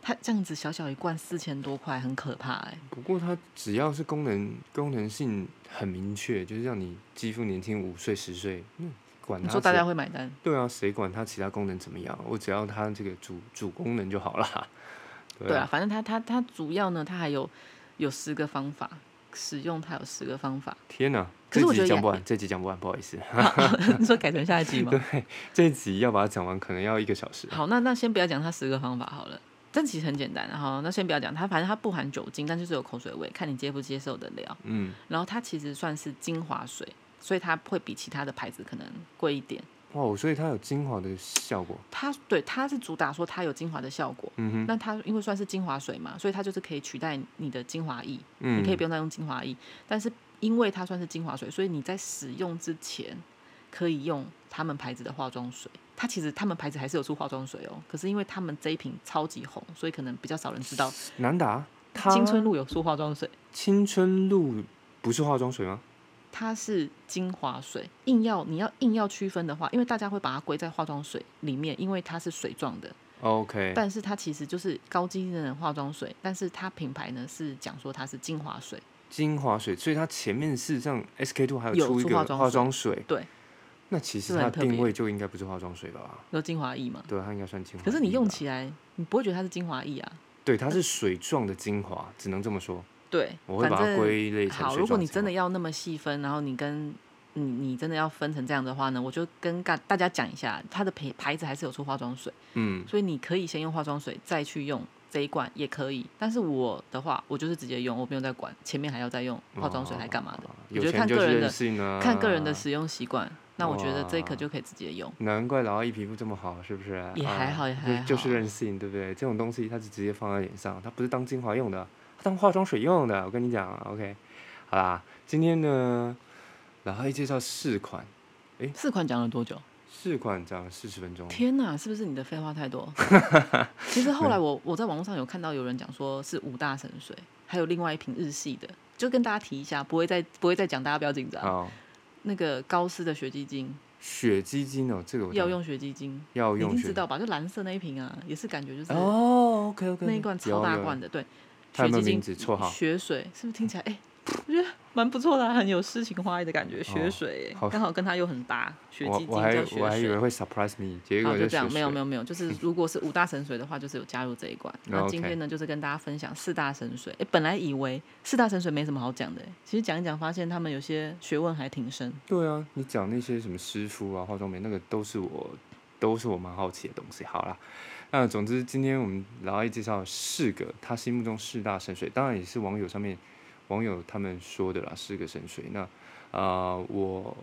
Speaker 2: 它这样子小小一罐四千多块，很可怕哎、
Speaker 1: 不过它只要是功能功能性很明确，就是让你肌肤年轻五岁十岁，嗯，管它
Speaker 2: 你说大
Speaker 1: 谁
Speaker 2: 家会买单？
Speaker 1: 对啊，谁管它其他功能怎么样？我只要它这个主主功能就好啦。
Speaker 2: 对啊，，反正它它它主要呢，它还有有十个方法使用，它有十个方法。
Speaker 1: <laughs>
Speaker 2: <laughs>
Speaker 1: 天哪，
Speaker 2: 可是
Speaker 1: 这
Speaker 2: 我
Speaker 1: 集
Speaker 2: 觉得
Speaker 1: 讲
Speaker 2: 也
Speaker 1: 不完，这集讲不完，不好意思， <laughs>
Speaker 2: 你说改成下一集吗？
Speaker 1: 这集要把它讲完，可能要一个小时。
Speaker 2: 好，那那先不要讲它十个方法好了，但其实很简单。好，那先不要讲它，反正它不含酒精，但就是有口水味，看你接不接受得了。
Speaker 1: 嗯，
Speaker 2: 然后它其实算是精华水，所以它会比其他的牌子可能贵一点。
Speaker 1: 哇，所以它有精华的效果。
Speaker 2: 它对它是主打说它有精华的效果，
Speaker 1: 嗯哼，
Speaker 2: 那它因为算是精华水嘛，所以它就是可以取代你的精华液，
Speaker 1: 嗯，
Speaker 2: 你可以不用再用精华液，但是因为它算是精华水，所以你在使用之前可以用他们牌子的化妆水。它其实他们牌子还是有出化妆水哦，可是因为他们这一瓶超级红，所以可能比较少人知道。
Speaker 1: 难打。它
Speaker 2: 青春露有出化妆水，
Speaker 1: 青春露不是化妆水吗？
Speaker 2: 它是精华水，硬要你要硬要区分的话，因为大家会把它归在化妆水里面，因为它是水状的，
Speaker 1: OK，
Speaker 2: 但是它其实就是高机能的化妆水，但是它品牌呢是讲说它是精华水，
Speaker 1: 精华水，所以它前面事实上 SK two 还
Speaker 2: 有
Speaker 1: 出一
Speaker 2: 出
Speaker 1: 个
Speaker 2: 化妆
Speaker 1: 化
Speaker 2: 水
Speaker 1: 妆水，
Speaker 2: 对，
Speaker 1: 那其实
Speaker 2: 是
Speaker 1: 它
Speaker 2: 很
Speaker 1: 的
Speaker 2: 特别
Speaker 1: 定位就应该不是化妆水吧？
Speaker 2: 有精华液嘛。
Speaker 1: 对，它应该算精华液吧。
Speaker 2: 可是你用起来，你不会觉得它是精华液啊？
Speaker 1: 对，它是水状的精华，只能这么说。
Speaker 2: 对，
Speaker 1: 我会
Speaker 2: 反
Speaker 1: 把它
Speaker 2: 正
Speaker 1: 归类成
Speaker 2: 好，
Speaker 1: 水
Speaker 2: 如果
Speaker 1: 状
Speaker 2: 你
Speaker 1: 精
Speaker 2: 真
Speaker 1: 华
Speaker 2: 的要那么细分，然后你跟你你真的要分成这样的话呢，我就跟大大家讲一下，它的牌牌子还是有出化妆水，
Speaker 1: 嗯，
Speaker 2: 所以你可以先用化妆水，再去用这一罐也可以。但是我的话，我就是直接用，我不用再管前面还要再用化妆
Speaker 1: 哦
Speaker 2: 水还干嘛的，我
Speaker 1: 有
Speaker 2: 觉得
Speaker 1: 钱
Speaker 2: 看
Speaker 1: 就
Speaker 2: 个
Speaker 1: 是
Speaker 2: 人
Speaker 1: 任
Speaker 2: 的
Speaker 1: 性啊，
Speaker 2: 看个人的使用习惯。那我觉得这
Speaker 1: 哇
Speaker 2: 个就可以直接用。
Speaker 1: 难怪老阿姨皮肤这么好，是不是？
Speaker 2: 也还好
Speaker 1: 啊
Speaker 2: 也
Speaker 1: 就
Speaker 2: 还
Speaker 1: 就是
Speaker 2: 好
Speaker 1: 任性，对不对？这种东西它是直接放在脸上，它不是当精华用的，它当化妆水用的。我跟你讲，OK，好啊啦，今天呢，老阿姨介绍四款，
Speaker 2: 四款讲了多久？
Speaker 1: 四款讲了啊四十分钟，
Speaker 2: 天哪，是不是你的废话
Speaker 1: <laughs>
Speaker 2: 太多？其实后来我我在网络上有看到有人讲说是五大神水，还有另外一瓶日系的，就跟大家提一下，不会再不会再讲，大家不要紧张。
Speaker 1: 好，
Speaker 2: 那个高斯的雪肌精
Speaker 1: 雪肌精哦，这个我
Speaker 2: 要
Speaker 1: 当
Speaker 2: 用雪肌精，
Speaker 1: 要
Speaker 2: 你一
Speaker 1: 用
Speaker 2: 定
Speaker 1: 雪
Speaker 2: 知道吧？就蓝色那一瓶啊，也是感觉就是
Speaker 1: 哦，OK OK，
Speaker 2: 那一罐超大罐
Speaker 1: 的，
Speaker 2: 的，对，
Speaker 1: 它有
Speaker 2: 雪
Speaker 1: 没
Speaker 2: 肌
Speaker 1: 有名
Speaker 2: 精
Speaker 1: 字绰号？
Speaker 2: 雪水是不是听起来哎？我觉得蛮不错的啊、很有诗情画意的感觉。雪水哎
Speaker 1: 哦好
Speaker 2: 刚、好跟它又很搭，雪
Speaker 1: 我
Speaker 2: 肌精
Speaker 1: 我还
Speaker 2: 叫
Speaker 1: 我还
Speaker 2: 雪
Speaker 1: 以
Speaker 2: 水。
Speaker 1: 为会 surprise me，结
Speaker 2: 好，
Speaker 1: 果
Speaker 2: 就这样，
Speaker 1: 雪
Speaker 2: 没
Speaker 1: 水
Speaker 2: 有
Speaker 1: 哦
Speaker 2: 没有没有，就是如果是五大神水的话，就是有加入这一关。那
Speaker 1: OK
Speaker 2: 今天呢，就是跟大家分享四大神水。哎，本来以为四大神水没什么好讲的，诶其实讲一讲，发现他们有些学问还挺深。
Speaker 1: 对啊，你讲那些什么师傅啊、化妆品，那个都是我，都是我蛮好奇的东西。好啦，那总之今天我们老阿姨介绍了四个她心目中四大神水，当然也是网友上面网友他们说的啦，四个神水。那啊、呃我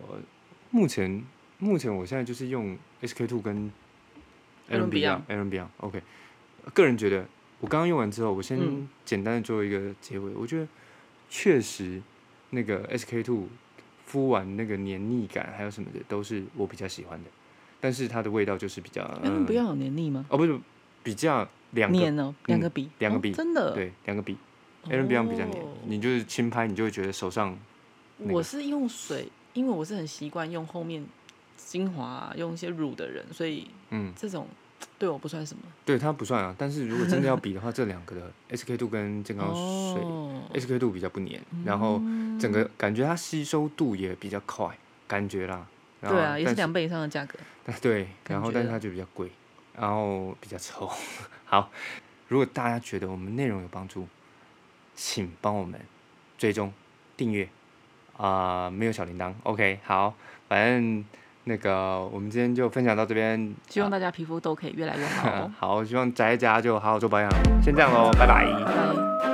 Speaker 1: 目前目前我现在就是用 SK two 跟
Speaker 2: 艾伦比亚
Speaker 1: a r o n b i a OK。个人觉得，我刚刚用完之后，我先
Speaker 2: 嗯
Speaker 1: 简单的做一个结尾，我觉得确实那个 SK two 敷完那个黏腻感还有什么的，都是我比较喜欢的。但是它的味道就是比较，
Speaker 2: 哎，
Speaker 1: 嗯
Speaker 2: 不要有黏腻吗？
Speaker 1: 哦，不是比较两个嗯
Speaker 2: 黏哦，两个笔，
Speaker 1: 两个
Speaker 2: 哦
Speaker 1: 笔
Speaker 2: 真的。
Speaker 1: 对两个比 a r o n b i a 比较黏
Speaker 2: 哦，
Speaker 1: 你就是轻拍，你就会觉得手上那个
Speaker 2: 我是用水，因为我是很习惯用后面精华啊、用一些乳的人，所以
Speaker 1: 嗯，
Speaker 2: 这种对我不算什么。
Speaker 1: 对它不算啊。但是如果真的要比的话，这两个的 SK two 跟健康水、哎
Speaker 2: 哦，嗯
Speaker 1: SK two 比较不黏，然后整个感觉它吸收度也比较快，感觉啦。然后
Speaker 2: 对啊，也是
Speaker 1: 但
Speaker 2: 两倍以上的价格。
Speaker 1: 但 <laughs> 对，
Speaker 2: 感
Speaker 1: 然后
Speaker 2: 觉
Speaker 1: 但是
Speaker 2: 的
Speaker 1: 它就比较贵，然后比较臭。 <laughs> 好，如果大家觉得我们内容有帮助，请帮我们追踪、订阅啊、没有小铃铛，OK，好，反正那个我们今天就分享到这边，啊
Speaker 2: 希望大家
Speaker 1: <laughs>。
Speaker 2: 皮肤都可以越来越好哦
Speaker 1: 好，希望宅家就好好做保养，先这样喽，拜拜。
Speaker 2: 拜拜。